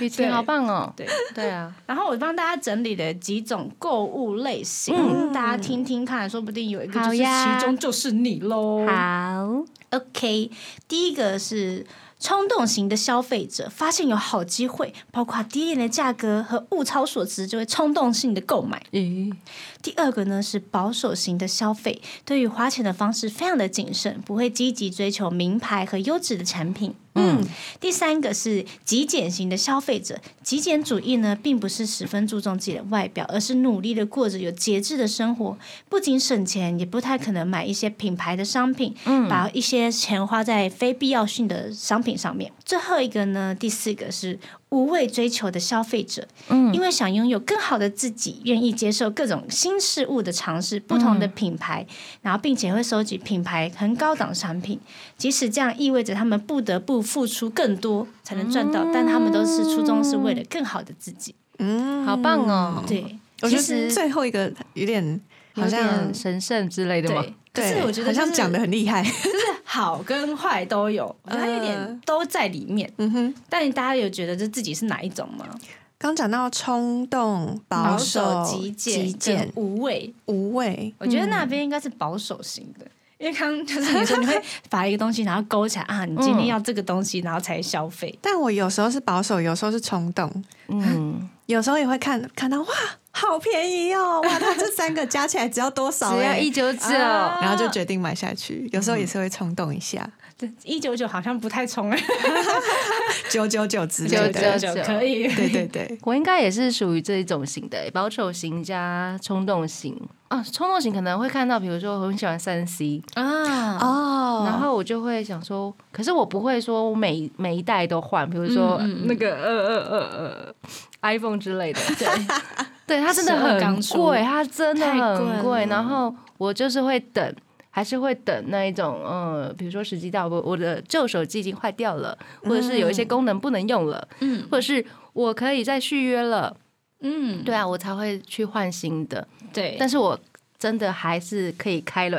[SPEAKER 1] 雨晴
[SPEAKER 2] 对
[SPEAKER 1] 好棒哦、
[SPEAKER 2] 对，
[SPEAKER 1] 对啊，
[SPEAKER 2] 然后我帮大家整理了几种购物类型，大家听听看，说不定有一个就
[SPEAKER 1] 嗯好
[SPEAKER 2] 是
[SPEAKER 1] 呀
[SPEAKER 2] 其中就是你喽。
[SPEAKER 1] 好，
[SPEAKER 2] OK，第一个是冲动型的消费者发现有好机会，包括低廉的价格和物超所值，就会冲动性的购买。
[SPEAKER 1] 咦，
[SPEAKER 2] 第二个呢是保守型的消费，对于花钱的方式非常的谨慎，不会积极追求名牌和优质的产品。嗯，第三个是极简型的消费者，极简主义呢并不是十分注重自己的外表，而是努力的过着有节制的生活，不仅省钱，也不太可能买一些品牌的商品，嗯，把一些钱花在非必要性的商品上面。最后一个呢，第四个是无畏追求的消费者，
[SPEAKER 3] 嗯
[SPEAKER 2] 因为想拥有更好的自己，愿意接受各种新事物的尝试，不同的
[SPEAKER 3] 嗯
[SPEAKER 2] 品牌，然后并且会收集品牌很高档产品。即使这样意味着他们不得不付出更多才能赚到，但他们都是初衷是为了更好的自己。
[SPEAKER 3] 嗯
[SPEAKER 1] 好棒哦！
[SPEAKER 2] 对，
[SPEAKER 3] 我觉
[SPEAKER 1] 其实
[SPEAKER 3] 得最后一个有点好
[SPEAKER 1] 有
[SPEAKER 3] 像
[SPEAKER 1] 点神圣之类的吗？
[SPEAKER 2] 对。可
[SPEAKER 3] 对，
[SPEAKER 2] 是我觉得、
[SPEAKER 3] 好像讲的很厉害。
[SPEAKER 2] 好跟坏都有，我觉得它有点
[SPEAKER 3] 嗯
[SPEAKER 2] 都在里面。
[SPEAKER 3] 嗯哼，
[SPEAKER 2] 但大家有觉得这自己是哪一种吗？
[SPEAKER 3] 刚讲到冲动、保
[SPEAKER 2] 守、
[SPEAKER 3] 极
[SPEAKER 2] 极简、
[SPEAKER 3] 简、
[SPEAKER 2] 无畏。
[SPEAKER 3] 无畏，
[SPEAKER 2] 我觉得那
[SPEAKER 1] 嗯
[SPEAKER 2] 边应该是保守型的，因为刚刚就是你说你会把一个东西然后勾起来啊，你今天要这个东西，然后才消费。
[SPEAKER 3] 但我有时候是保守，有时候是冲动，
[SPEAKER 1] 嗯，
[SPEAKER 3] 有时候也会看看到哇，好便宜哦，哇，它这三个加起来只要多
[SPEAKER 1] [laughs]
[SPEAKER 3] 少、
[SPEAKER 1] 只要
[SPEAKER 3] 欸？
[SPEAKER 1] 一九九，
[SPEAKER 2] 啊
[SPEAKER 3] 然后就决定买下去，有时候也是会冲动一下，
[SPEAKER 2] 对，一九九好像不太冲哎，
[SPEAKER 3] 九九九之类的，
[SPEAKER 2] [laughs]
[SPEAKER 1] 999
[SPEAKER 2] 可以。
[SPEAKER 3] 对对对，
[SPEAKER 1] 我应该也是属于这一种型的、欸保守型加冲动型啊。冲动型可能会看到，比如说我很喜欢三 C，
[SPEAKER 2] 啊，
[SPEAKER 3] 哦
[SPEAKER 1] 然后我就会想说，可是我不会说我每每一代都换，比如说
[SPEAKER 2] 嗯嗯嗯
[SPEAKER 1] 那个呃呃呃呃 iPhone 之类的，对， [laughs] 对，它真的
[SPEAKER 2] 12刚
[SPEAKER 1] 很
[SPEAKER 2] 出
[SPEAKER 1] 贵，它真的很
[SPEAKER 2] 太贵
[SPEAKER 1] 贵。
[SPEAKER 2] 了
[SPEAKER 1] 然后我就是会等，还是会等那一种，呃，比如说时机到，我我的旧手机已经坏掉了，或者是有一些功能不能用了，
[SPEAKER 2] 嗯
[SPEAKER 1] 或者是我可以再续约了，
[SPEAKER 2] 嗯，
[SPEAKER 1] 对啊，我才会去换新的。
[SPEAKER 2] 对，
[SPEAKER 1] 但是我真的还是可以开了、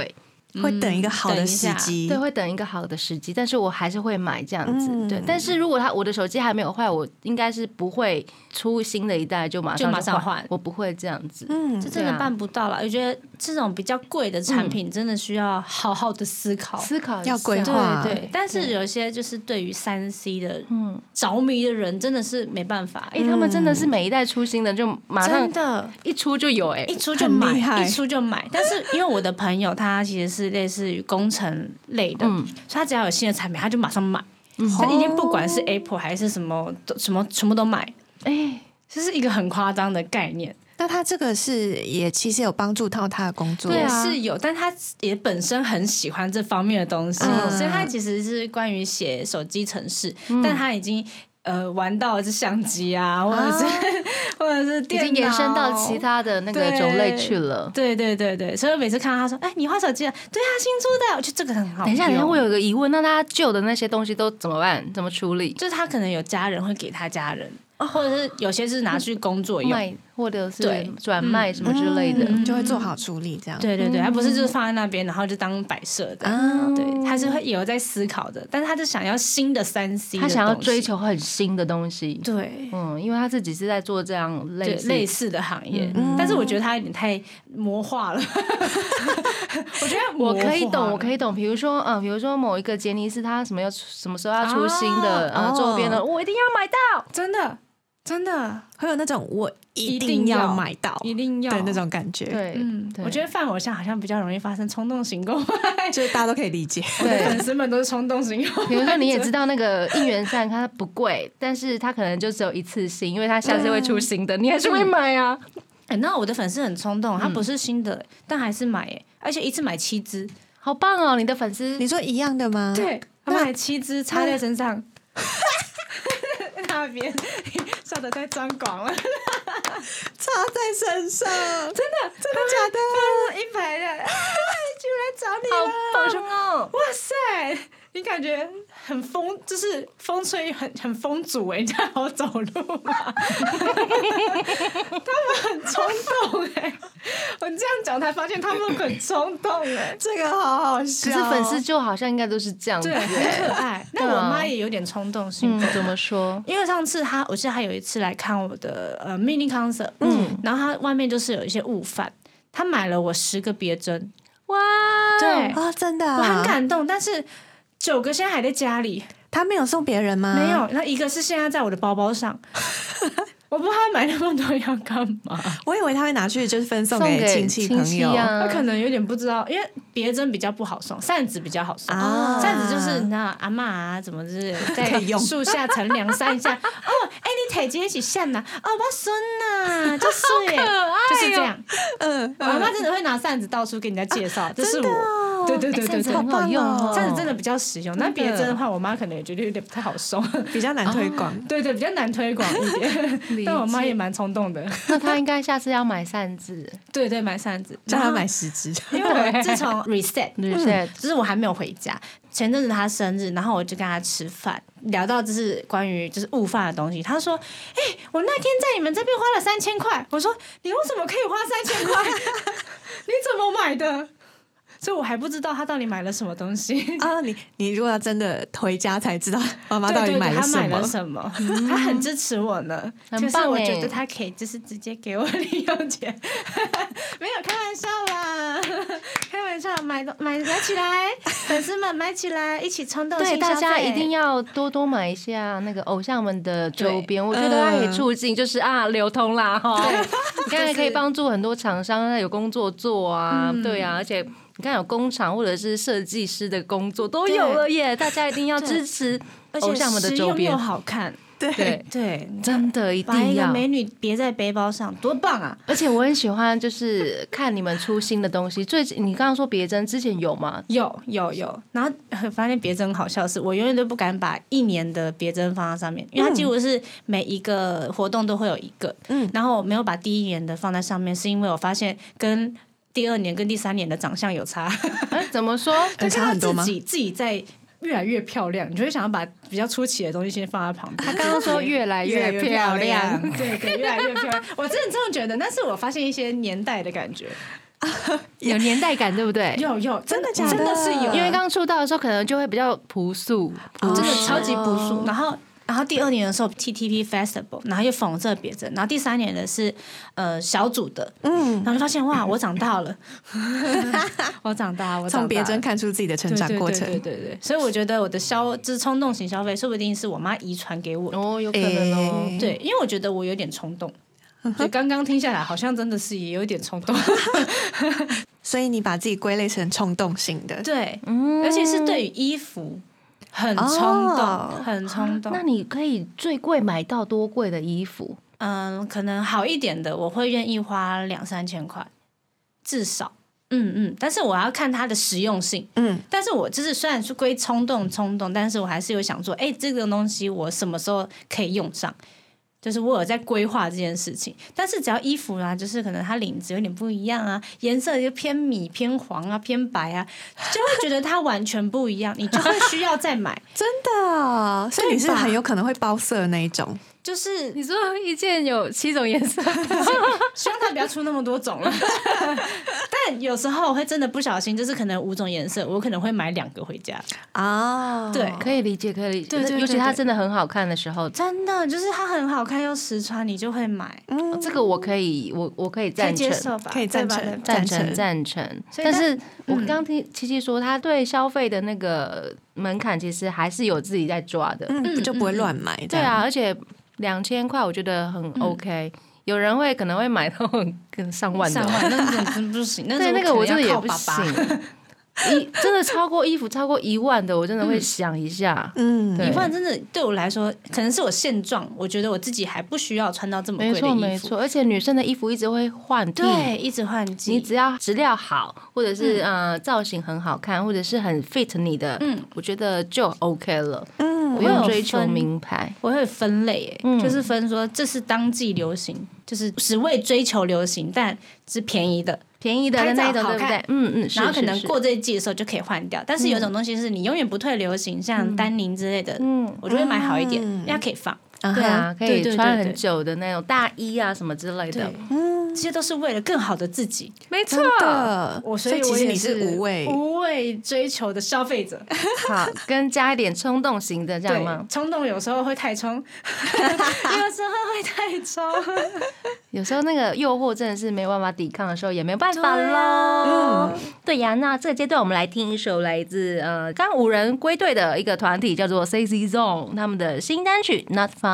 [SPEAKER 3] 会等一个好的时机，
[SPEAKER 1] 对，会等一个好的时机，但是我还是会买这样子。
[SPEAKER 3] 嗯
[SPEAKER 1] 对，但是如果他我的手机还没有坏，我应该是不会出新的一代就马上
[SPEAKER 2] 就马上
[SPEAKER 1] 换
[SPEAKER 2] 换，
[SPEAKER 1] 我不会这样子。
[SPEAKER 3] 嗯
[SPEAKER 2] 这
[SPEAKER 1] 对
[SPEAKER 2] 真的
[SPEAKER 1] 啊嗯
[SPEAKER 2] 办不到了。我觉得这种比较贵的产品，真的需要好好的思考。
[SPEAKER 1] 思考一
[SPEAKER 3] 要
[SPEAKER 1] 下
[SPEAKER 3] 规划
[SPEAKER 2] 对对，但是有些就是对于三 C 的
[SPEAKER 1] 嗯，
[SPEAKER 2] 着迷的人，真的是没办法。
[SPEAKER 1] 哎、他们真的是每一代出新的就马上
[SPEAKER 2] 真的，
[SPEAKER 1] 一出就有哎、
[SPEAKER 2] 一出就
[SPEAKER 3] 很厉
[SPEAKER 2] 买，
[SPEAKER 3] 害
[SPEAKER 2] 一出就买。但是因为我的朋友他其实是类似于工程类的，
[SPEAKER 1] 嗯哦
[SPEAKER 2] 所以他只要有新的产品，他就马上买。他已经不管是 Apple 还是什么，都什么全部都买，
[SPEAKER 1] 哎、
[SPEAKER 2] 这是一个很夸张的概念。
[SPEAKER 3] 那他这个是也其实有帮助到他的工作，
[SPEAKER 1] 对
[SPEAKER 2] 也
[SPEAKER 1] 啊
[SPEAKER 2] 是有，但他也本身很喜欢这方面的东西，
[SPEAKER 3] 嗯
[SPEAKER 2] 所以他其实是关于写手机程式，
[SPEAKER 1] 嗯
[SPEAKER 2] 但他已经。呃，玩到的是相机啊，或者是、 [laughs] 或者是
[SPEAKER 1] 已
[SPEAKER 2] 电脑，
[SPEAKER 1] 经延伸到其他的那个种类去了。
[SPEAKER 2] 对对对对，所以我每次看到他说：“哎、你换手机了？”对啊，新出的，我觉得这个很好。
[SPEAKER 1] 等一下，等一下，我
[SPEAKER 2] 有，
[SPEAKER 1] 有个疑问，那他旧的那些东西都怎么办？怎么处理？
[SPEAKER 2] 就是他可能有家人会给他家人，或者是有些是拿去工作用。
[SPEAKER 1] 卖或者是
[SPEAKER 2] 对
[SPEAKER 1] 转卖什么之类的。
[SPEAKER 3] 嗯就会做好处理这样。
[SPEAKER 2] 对对
[SPEAKER 1] 嗯
[SPEAKER 2] 对，他不是就是放在那边，然后就当摆设的。
[SPEAKER 3] 啊，
[SPEAKER 2] 对，他是会有在思考的，但是他就想要新的三 C，
[SPEAKER 1] 他想要追求很新的东西，
[SPEAKER 2] 对。
[SPEAKER 1] 嗯，因为他自己是在做这样类
[SPEAKER 2] 对
[SPEAKER 1] 似嗯
[SPEAKER 2] 类似的行业，但是我觉得他有点太魔化了。 [laughs] 我觉得
[SPEAKER 1] 我可以懂，我
[SPEAKER 2] 以
[SPEAKER 1] 可以懂。比如说，嗯，比如说某一个杰尼斯，他什么要出什么时候要出新的
[SPEAKER 3] 啊
[SPEAKER 1] 呃周边的，
[SPEAKER 3] 哦
[SPEAKER 1] 我一定要买到。
[SPEAKER 2] 真的真的
[SPEAKER 3] 会有那种我一
[SPEAKER 2] 一
[SPEAKER 3] 定
[SPEAKER 2] 定
[SPEAKER 3] 要
[SPEAKER 2] 要
[SPEAKER 3] 买到
[SPEAKER 2] 一定要
[SPEAKER 3] 的那种感觉，，
[SPEAKER 1] 对，
[SPEAKER 2] 嗯，
[SPEAKER 1] 对
[SPEAKER 2] 我觉得犯偶像好像比较容易发生冲动型购买，
[SPEAKER 3] 就是大家都可以理解。
[SPEAKER 2] 我的
[SPEAKER 1] 对
[SPEAKER 2] 粉丝们都是冲动型购买。
[SPEAKER 1] 比如说你也知道那个应援扇它不贵，但是它可能就只有一次性，因为它下次会出新的，你还是会买啊。
[SPEAKER 2] 哎，那我的粉丝很冲动，他不是新的，但还是买哎，而且一次买七支，
[SPEAKER 1] 好棒哦，你的粉丝
[SPEAKER 3] [laughs] 你说一样的吗？，
[SPEAKER 2] 对，他
[SPEAKER 3] 那
[SPEAKER 2] 买七支插在身上。那边笑得太张狂
[SPEAKER 3] 插
[SPEAKER 2] 了，
[SPEAKER 3] 在身
[SPEAKER 2] [laughs]
[SPEAKER 3] 上，真的真的假的？
[SPEAKER 2] 一排的，哎就来找你
[SPEAKER 1] 好
[SPEAKER 2] 了。我说
[SPEAKER 1] 棒哦，
[SPEAKER 2] 哇塞，你感觉很风，就是风吹很很风阻哎，你这样好走路吗？ [laughs] 他们很冲动哎、我这样讲才发现他们很冲动哎、
[SPEAKER 3] 这个好好笑。
[SPEAKER 1] 可是粉丝就好像应该都是这样子
[SPEAKER 2] 对，很可爱。那
[SPEAKER 1] 对
[SPEAKER 2] 我
[SPEAKER 1] 啊
[SPEAKER 2] 妈也有点冲动性
[SPEAKER 1] 嗯，怎么说？
[SPEAKER 2] 因为上次他，我记得他有一次来看我的呃 mini concert，嗯，然后他外面就是有一些雾贩，他买了我十个别针，
[SPEAKER 1] 哇，哦
[SPEAKER 2] 对
[SPEAKER 3] 啊，真的啊，
[SPEAKER 2] 我很感动，但是九个现在还在家里，
[SPEAKER 3] 他没有送别人吗？
[SPEAKER 2] 没有，，那一个是现在在我的包
[SPEAKER 3] [laughs]
[SPEAKER 2] 包上，我不知道他买那么多要干嘛。
[SPEAKER 3] 我以为他会拿去就是分送
[SPEAKER 1] 送给
[SPEAKER 3] 亲戚朋友。
[SPEAKER 1] 啊，
[SPEAKER 2] 他可能有点不知道，因为别针比较不好送，扇子比较好送。
[SPEAKER 3] 啊
[SPEAKER 2] 扇子就是那阿嬷啊，怎么是在
[SPEAKER 3] 可以用
[SPEAKER 2] 树下乘凉
[SPEAKER 3] [laughs]
[SPEAKER 2] 扇一下。哦，哎、你腿今天起扇呐、哦，我孙
[SPEAKER 3] [laughs]
[SPEAKER 2] 呐、就是耶，就是这样。
[SPEAKER 3] 哦嗯，哦
[SPEAKER 2] 我阿妈真的会拿扇子到处给人家介绍，这是我。对对对对
[SPEAKER 1] 扇子
[SPEAKER 2] 对
[SPEAKER 1] 好，棒
[SPEAKER 3] 好棒
[SPEAKER 1] 哦
[SPEAKER 3] 哦，
[SPEAKER 2] 扇子真的比较实用。那
[SPEAKER 3] 真的
[SPEAKER 2] 别针的话，我妈可能也觉得有点不太好送。
[SPEAKER 3] 比较难推广。
[SPEAKER 2] 对对，比较难推广一 [laughs] 点。
[SPEAKER 1] 的
[SPEAKER 2] 但我妈也蛮冲动的，
[SPEAKER 1] 那他应该下次要买扇子
[SPEAKER 2] 对对，买扇 [laughs] 子，嗯
[SPEAKER 3] 叫他
[SPEAKER 2] 然后
[SPEAKER 3] 买十支，
[SPEAKER 2] 因为我自从 reset
[SPEAKER 1] ，reset
[SPEAKER 2] 就是我还没有回家。前阵子他生日，然后我就跟他吃饭，聊到就是关于就是悟饭的东西。他说：“哎、我那天在你们这边花了三千块。”我说：“你为什么可以花三千块？ [laughs] 你怎么买的？”所以我还不知道他到底买了什么东西。
[SPEAKER 3] [laughs] 啊！你你如果要真的回家才知道妈妈
[SPEAKER 2] 对
[SPEAKER 3] 到底
[SPEAKER 2] 对对
[SPEAKER 3] 买了
[SPEAKER 2] 他
[SPEAKER 3] 什
[SPEAKER 2] 买了
[SPEAKER 3] 么。
[SPEAKER 2] 什么？他很支持我呢，
[SPEAKER 1] 嗯很
[SPEAKER 2] 就是
[SPEAKER 1] 棒
[SPEAKER 2] 我
[SPEAKER 1] 哎
[SPEAKER 2] 觉得他可以就是直接给我零用钱， [laughs] 没有开玩笑
[SPEAKER 1] [laughs]
[SPEAKER 2] 啦，开玩笑，买东买买起来，粉丝们买起来，一起冲动
[SPEAKER 1] [laughs] 对，
[SPEAKER 2] 性
[SPEAKER 1] 大
[SPEAKER 2] 消
[SPEAKER 1] 家
[SPEAKER 2] 费
[SPEAKER 1] 一定要多多买一下那个偶像们的周边，我觉得
[SPEAKER 3] 嗯
[SPEAKER 1] 它可以促进就是啊流通啦哈。 [laughs] 你看
[SPEAKER 3] 就是
[SPEAKER 1] 可以帮助很多厂商，那有工作做啊，对啊，而且你看有工厂或者是设计师的工作都有了耶，大家一定要支持
[SPEAKER 2] 而
[SPEAKER 1] 偶
[SPEAKER 2] 且
[SPEAKER 1] 像们的
[SPEAKER 2] 实
[SPEAKER 1] 周
[SPEAKER 2] 用又
[SPEAKER 1] 边，
[SPEAKER 2] 好看，
[SPEAKER 1] 对，
[SPEAKER 2] 对，
[SPEAKER 1] 真的一
[SPEAKER 2] 把
[SPEAKER 1] 定
[SPEAKER 2] 一个
[SPEAKER 1] 要。
[SPEAKER 2] 美女别在背包上，多棒啊！
[SPEAKER 1] 而且我很喜欢，就是看你们出新的东西。最近你刚刚说别针之前有吗？
[SPEAKER 2] 有有有，然后呃发现别针很好笑的是，我永远都不敢把一年的别针放在上面，因为它几乎是每一个活动都会有一个，嗯，然后我没有把第一年的放在上面，是因为我发现跟第二年跟第三年的长相有差，
[SPEAKER 1] [laughs] 哎，怎么说？
[SPEAKER 2] 就看
[SPEAKER 3] 差
[SPEAKER 2] 到 [laughs]
[SPEAKER 3] 很多吗
[SPEAKER 2] 自己自己在越来越漂亮，你就会想要把比较出奇的东西先放在旁边。
[SPEAKER 1] 他刚刚说越来越漂亮，
[SPEAKER 2] [laughs] 对对，越来越漂亮，我真的这么觉得。但是我发现一些年代的感觉，
[SPEAKER 1] [laughs] 有年代感，对不 [laughs] 对？
[SPEAKER 2] 有有，
[SPEAKER 3] 真
[SPEAKER 2] 真
[SPEAKER 3] 的假
[SPEAKER 2] 真的是有，
[SPEAKER 1] 因为刚出道的时候，可能就会比较朴素，
[SPEAKER 3] 哦
[SPEAKER 1] 朴
[SPEAKER 2] 真
[SPEAKER 1] 实
[SPEAKER 2] 的超级朴
[SPEAKER 1] 哦
[SPEAKER 2] 素。然后，然后第二年的时候 TTP Festival，然后又缝这别针，然后第三年的是呃小组的，嗯，然后就发现哇，我长大了， [laughs] 我长大，我长大
[SPEAKER 3] 从别针
[SPEAKER 2] 了
[SPEAKER 3] 看出自己的成长过程
[SPEAKER 2] 对对对对对对所以我觉得我的消就是冲动型消费，说不定是我妈遗传给我的。
[SPEAKER 1] 哦，有可能哦。
[SPEAKER 3] 诶
[SPEAKER 2] 对，因为我觉得我有点冲
[SPEAKER 3] [laughs]
[SPEAKER 2] 动。对，刚刚听下来好像真的是也有点冲
[SPEAKER 3] [laughs]
[SPEAKER 2] 动，
[SPEAKER 3] 所以你把自己归类成冲动型的，
[SPEAKER 2] 对，
[SPEAKER 1] 嗯
[SPEAKER 2] 而且是对于衣服很冲
[SPEAKER 3] 哦
[SPEAKER 2] 动，很冲动。
[SPEAKER 1] 那你可以最贵买到多贵的衣服？
[SPEAKER 2] 嗯，可能好一点的，我会愿意花两三千块，至少。嗯嗯，但是我要看它的实用性。
[SPEAKER 3] 嗯，
[SPEAKER 2] 但是我就是虽然是归冲动冲动，但是我还是有想说，哎、这个东西我什么时候可以用上？就是我有在规划这件事情。但是只要衣服啊，就是可能它领子有点不一样啊，颜色就偏米、偏黄啊、偏白啊，就会觉得它完全不一样，你就会需要再买。
[SPEAKER 3] 真的，啊所以你是很有可能会包色的那一种。
[SPEAKER 2] 就是
[SPEAKER 1] 你说一件有七种颜色，
[SPEAKER 2] [laughs] 希望它不要出那么多种 [laughs] 了。但有时候我会真的不小心，就是可能五种颜色，我可能会买两个回家。
[SPEAKER 3] 啊，
[SPEAKER 2] 对
[SPEAKER 1] [laughs] 哦可以理解，可以理解。
[SPEAKER 2] 对对对
[SPEAKER 1] 尤其它
[SPEAKER 2] 对
[SPEAKER 1] 真的很好看的时候，
[SPEAKER 2] 真的，就是它很好看又实穿，你就会买，
[SPEAKER 1] 这个我可以，我我可以
[SPEAKER 2] 可以
[SPEAKER 1] 赞
[SPEAKER 2] 接
[SPEAKER 1] 成。
[SPEAKER 2] 受吧？
[SPEAKER 3] 可以赞成
[SPEAKER 2] 对吧
[SPEAKER 1] 赞
[SPEAKER 3] 赞
[SPEAKER 1] 成
[SPEAKER 3] 成
[SPEAKER 1] 赞成，
[SPEAKER 2] 所以嗯
[SPEAKER 1] 但
[SPEAKER 2] 大
[SPEAKER 1] 是我刚刚听七七说，他对消费的那个门槛其实还是有自己在抓的。
[SPEAKER 3] 嗯，就不会乱买。
[SPEAKER 1] 对啊，，而且两千块我觉得很
[SPEAKER 2] 嗯
[SPEAKER 1] OK，、有人会可能会买到很更上万的 [laughs]
[SPEAKER 2] 上，万那种真不行，
[SPEAKER 1] 对
[SPEAKER 2] 那
[SPEAKER 1] 那个我真的也
[SPEAKER 2] 要靠
[SPEAKER 1] 不
[SPEAKER 2] 爸爸。 [laughs]
[SPEAKER 1] 行。一真的超过衣服超过一万的，我真的会想一下。
[SPEAKER 3] 嗯，
[SPEAKER 1] 对
[SPEAKER 2] 一万真的对我来说，可能是我现状，我觉得我自己还不需要穿到这么贵
[SPEAKER 1] 没
[SPEAKER 2] 的
[SPEAKER 1] 错没
[SPEAKER 2] 衣服。
[SPEAKER 1] 错，而且女生的衣服一直会换季。
[SPEAKER 2] 对，一直换季，
[SPEAKER 1] 你只要质量好，或者是、呃造型很好看，或者是很 fit 你的，
[SPEAKER 2] 嗯
[SPEAKER 1] 我觉得就 OK 了，嗯，不
[SPEAKER 2] 我
[SPEAKER 1] 用
[SPEAKER 2] 有
[SPEAKER 1] 追求
[SPEAKER 2] 分
[SPEAKER 1] 名牌。
[SPEAKER 2] 我会分类、欸，
[SPEAKER 1] 嗯
[SPEAKER 2] 就是分说这是当季流行，就是只为追求流行，但是便宜的，
[SPEAKER 1] 便宜的
[SPEAKER 2] 拍照
[SPEAKER 1] 那一种，
[SPEAKER 2] 好
[SPEAKER 1] 对不对
[SPEAKER 2] 看？
[SPEAKER 1] 嗯嗯，是
[SPEAKER 2] 然后可
[SPEAKER 1] 是
[SPEAKER 2] 能
[SPEAKER 1] 是
[SPEAKER 2] 过这一季的时候就可以换掉。但是有一种东西是你永远不退流行，像丹宁之类的，
[SPEAKER 1] 嗯
[SPEAKER 2] 我就会买好一点，
[SPEAKER 3] 嗯
[SPEAKER 2] 因为它可以放。
[SPEAKER 3] 嗯
[SPEAKER 1] 对啊，
[SPEAKER 3] 哼，
[SPEAKER 1] 可
[SPEAKER 2] 对
[SPEAKER 1] 以
[SPEAKER 2] 对对
[SPEAKER 1] 穿
[SPEAKER 2] 对
[SPEAKER 1] 很久的那种大衣啊什么之类的
[SPEAKER 2] 对。，这些都是为了更好的自己。
[SPEAKER 1] 没错
[SPEAKER 3] 真，的，
[SPEAKER 2] 我
[SPEAKER 3] 所
[SPEAKER 2] 所以
[SPEAKER 3] 以其
[SPEAKER 2] 我
[SPEAKER 3] 实
[SPEAKER 2] 也
[SPEAKER 3] 你是无畏，
[SPEAKER 2] 无畏追求的消费者，
[SPEAKER 1] 好，跟加一点冲动型的这样
[SPEAKER 2] 对
[SPEAKER 1] 吗？
[SPEAKER 2] 冲动有时候会太冲， [laughs] 有时候会太冲。
[SPEAKER 1] 有时候那个诱惑真的是没有办法抵抗的时候，也没办法喽。对啊呀、那这个阶段我们来听一首来自呃刚五人归队的一个团体叫做 C C Zone 他们的新单曲《Not Found》。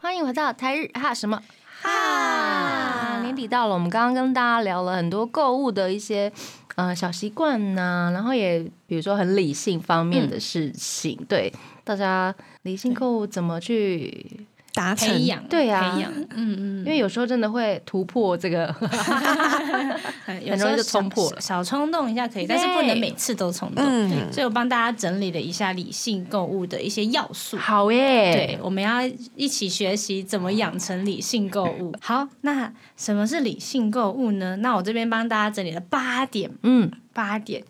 [SPEAKER 1] 欢迎回到台日哈什么哈？年底到了，我们刚刚跟大家聊了很多购物的一些呃小习惯呐，然后也比如说很理性方面的事情，对大家理性购物怎么去
[SPEAKER 3] 达成
[SPEAKER 2] 培养，
[SPEAKER 1] 对啊
[SPEAKER 2] 培养，嗯嗯，
[SPEAKER 1] 因为有时候真的会突破这个，
[SPEAKER 2] 很
[SPEAKER 1] 很容易就冲破了
[SPEAKER 2] 小冲动一下可以，但是不能每次都冲动。
[SPEAKER 3] 嗯，
[SPEAKER 2] 所以我帮大家整理了一下理性购物的一些要素。
[SPEAKER 1] 好耶，
[SPEAKER 2] 对，我们要一起学习怎么养成理性购物。好，那什么是理性购物呢？那我这边帮大家整理了八点，
[SPEAKER 1] 嗯
[SPEAKER 2] 八点。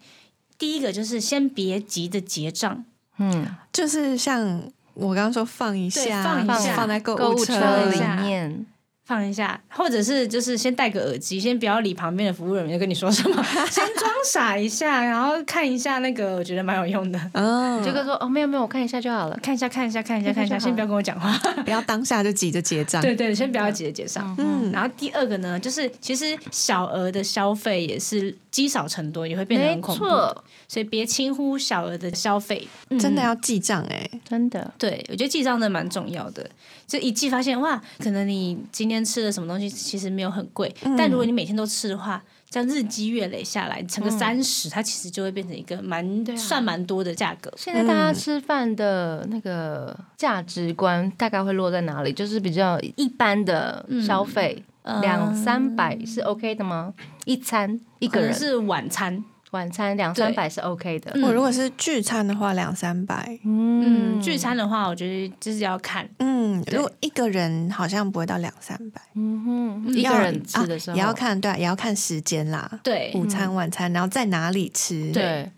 [SPEAKER 2] 第一个就是先别急着结账，
[SPEAKER 1] 嗯，
[SPEAKER 3] 就是像我刚刚说放一
[SPEAKER 2] 对
[SPEAKER 3] 下，
[SPEAKER 2] 放一下
[SPEAKER 3] 放在购
[SPEAKER 1] 购
[SPEAKER 3] 物
[SPEAKER 1] 物
[SPEAKER 3] 车
[SPEAKER 1] 车
[SPEAKER 3] 里
[SPEAKER 1] 里
[SPEAKER 2] 一，下
[SPEAKER 1] 面，
[SPEAKER 2] 放一下，或者是就是先戴个耳机，先不要理旁边的服务人员跟你说什么， [laughs] 先装傻一下，然后看一下那个，我觉得蛮有用的。
[SPEAKER 3] 嗯，
[SPEAKER 1] 这个说哦没有没有，我看一下就好了，
[SPEAKER 2] 看一下，看一下，看一下，
[SPEAKER 1] 看
[SPEAKER 2] 看
[SPEAKER 1] 一
[SPEAKER 2] 一
[SPEAKER 1] 下
[SPEAKER 2] 下，先不要跟我
[SPEAKER 1] [laughs]
[SPEAKER 2] 讲话。
[SPEAKER 3] 不要当下就急着结账，
[SPEAKER 2] 对对，先不要急着结账。
[SPEAKER 3] 嗯，
[SPEAKER 2] 然后第二个呢，就是其实小额的消费也是积少成多，也会变得
[SPEAKER 1] 没
[SPEAKER 2] 很恐怖的，
[SPEAKER 1] 错，嗯
[SPEAKER 2] 所以别轻忽小额的消费。
[SPEAKER 3] 真
[SPEAKER 2] 嗯
[SPEAKER 3] 的要记账哎，
[SPEAKER 1] 真的，
[SPEAKER 2] 对，我觉得记账真的蛮重要的。就一记发现哇，可能你今天吃的什么东西其实没有很贵，
[SPEAKER 1] 嗯
[SPEAKER 2] 但如果你每天都吃的话，这样日积月累下来，乘个三十、它其实就会变成一个蛮、
[SPEAKER 1] 嗯啊
[SPEAKER 2] 算蛮多的价格。
[SPEAKER 1] 现在大家吃饭的那个价值观大概会落在哪里？就是比较一般的消费，两三百是 OK 的吗？一餐一个
[SPEAKER 2] 可能
[SPEAKER 1] 人
[SPEAKER 2] 是晚餐，
[SPEAKER 1] 晚餐两三百是 OK 的，
[SPEAKER 3] 我如果是聚餐的话，两三百，
[SPEAKER 2] 嗯，聚餐的话，我觉得就是要看，
[SPEAKER 3] 嗯，如果一个人好像不会到两三百，
[SPEAKER 1] 嗯哼，一个
[SPEAKER 3] 要
[SPEAKER 1] 人吃的时
[SPEAKER 3] 啊
[SPEAKER 1] 候
[SPEAKER 3] 也要看对啊，也要看时间啦，
[SPEAKER 2] 对，
[SPEAKER 3] 午餐、晚餐，然后在哪里吃，
[SPEAKER 1] 对。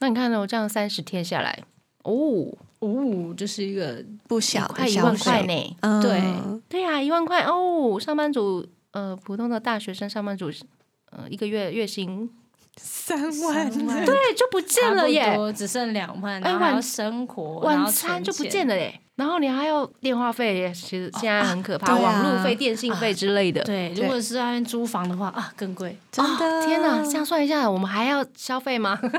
[SPEAKER 1] 那你看哦呢？我这样三十天下来，哦，
[SPEAKER 2] 五五就是一个
[SPEAKER 3] 不小
[SPEAKER 1] 快
[SPEAKER 3] 的
[SPEAKER 1] 一
[SPEAKER 3] 消
[SPEAKER 1] 万块
[SPEAKER 3] 费，
[SPEAKER 1] 呢。
[SPEAKER 3] 嗯
[SPEAKER 2] 对
[SPEAKER 1] 对呀、一万块哦，上班族呃，普通的大学生上班族，呃，一个月月薪
[SPEAKER 3] 三万，
[SPEAKER 2] 对，
[SPEAKER 1] 对就不见
[SPEAKER 2] 差
[SPEAKER 1] 了
[SPEAKER 2] 不
[SPEAKER 1] 耶，
[SPEAKER 2] 多只剩两万，
[SPEAKER 1] 哎
[SPEAKER 2] 然后还
[SPEAKER 1] 晚
[SPEAKER 2] 要生活，然
[SPEAKER 1] 晚
[SPEAKER 2] 后
[SPEAKER 1] 餐
[SPEAKER 2] 存
[SPEAKER 1] 就不
[SPEAKER 2] 钱
[SPEAKER 1] 见了耶，然后你还要电话费耶，其实现在很可怕，
[SPEAKER 3] 啊对啊
[SPEAKER 1] 网路费、电信费之类的。
[SPEAKER 2] 对，如果是在外面租房的话啊，更贵，
[SPEAKER 3] 真的，
[SPEAKER 1] 天哪，这样算一下，我们还要消费吗？
[SPEAKER 2] 哦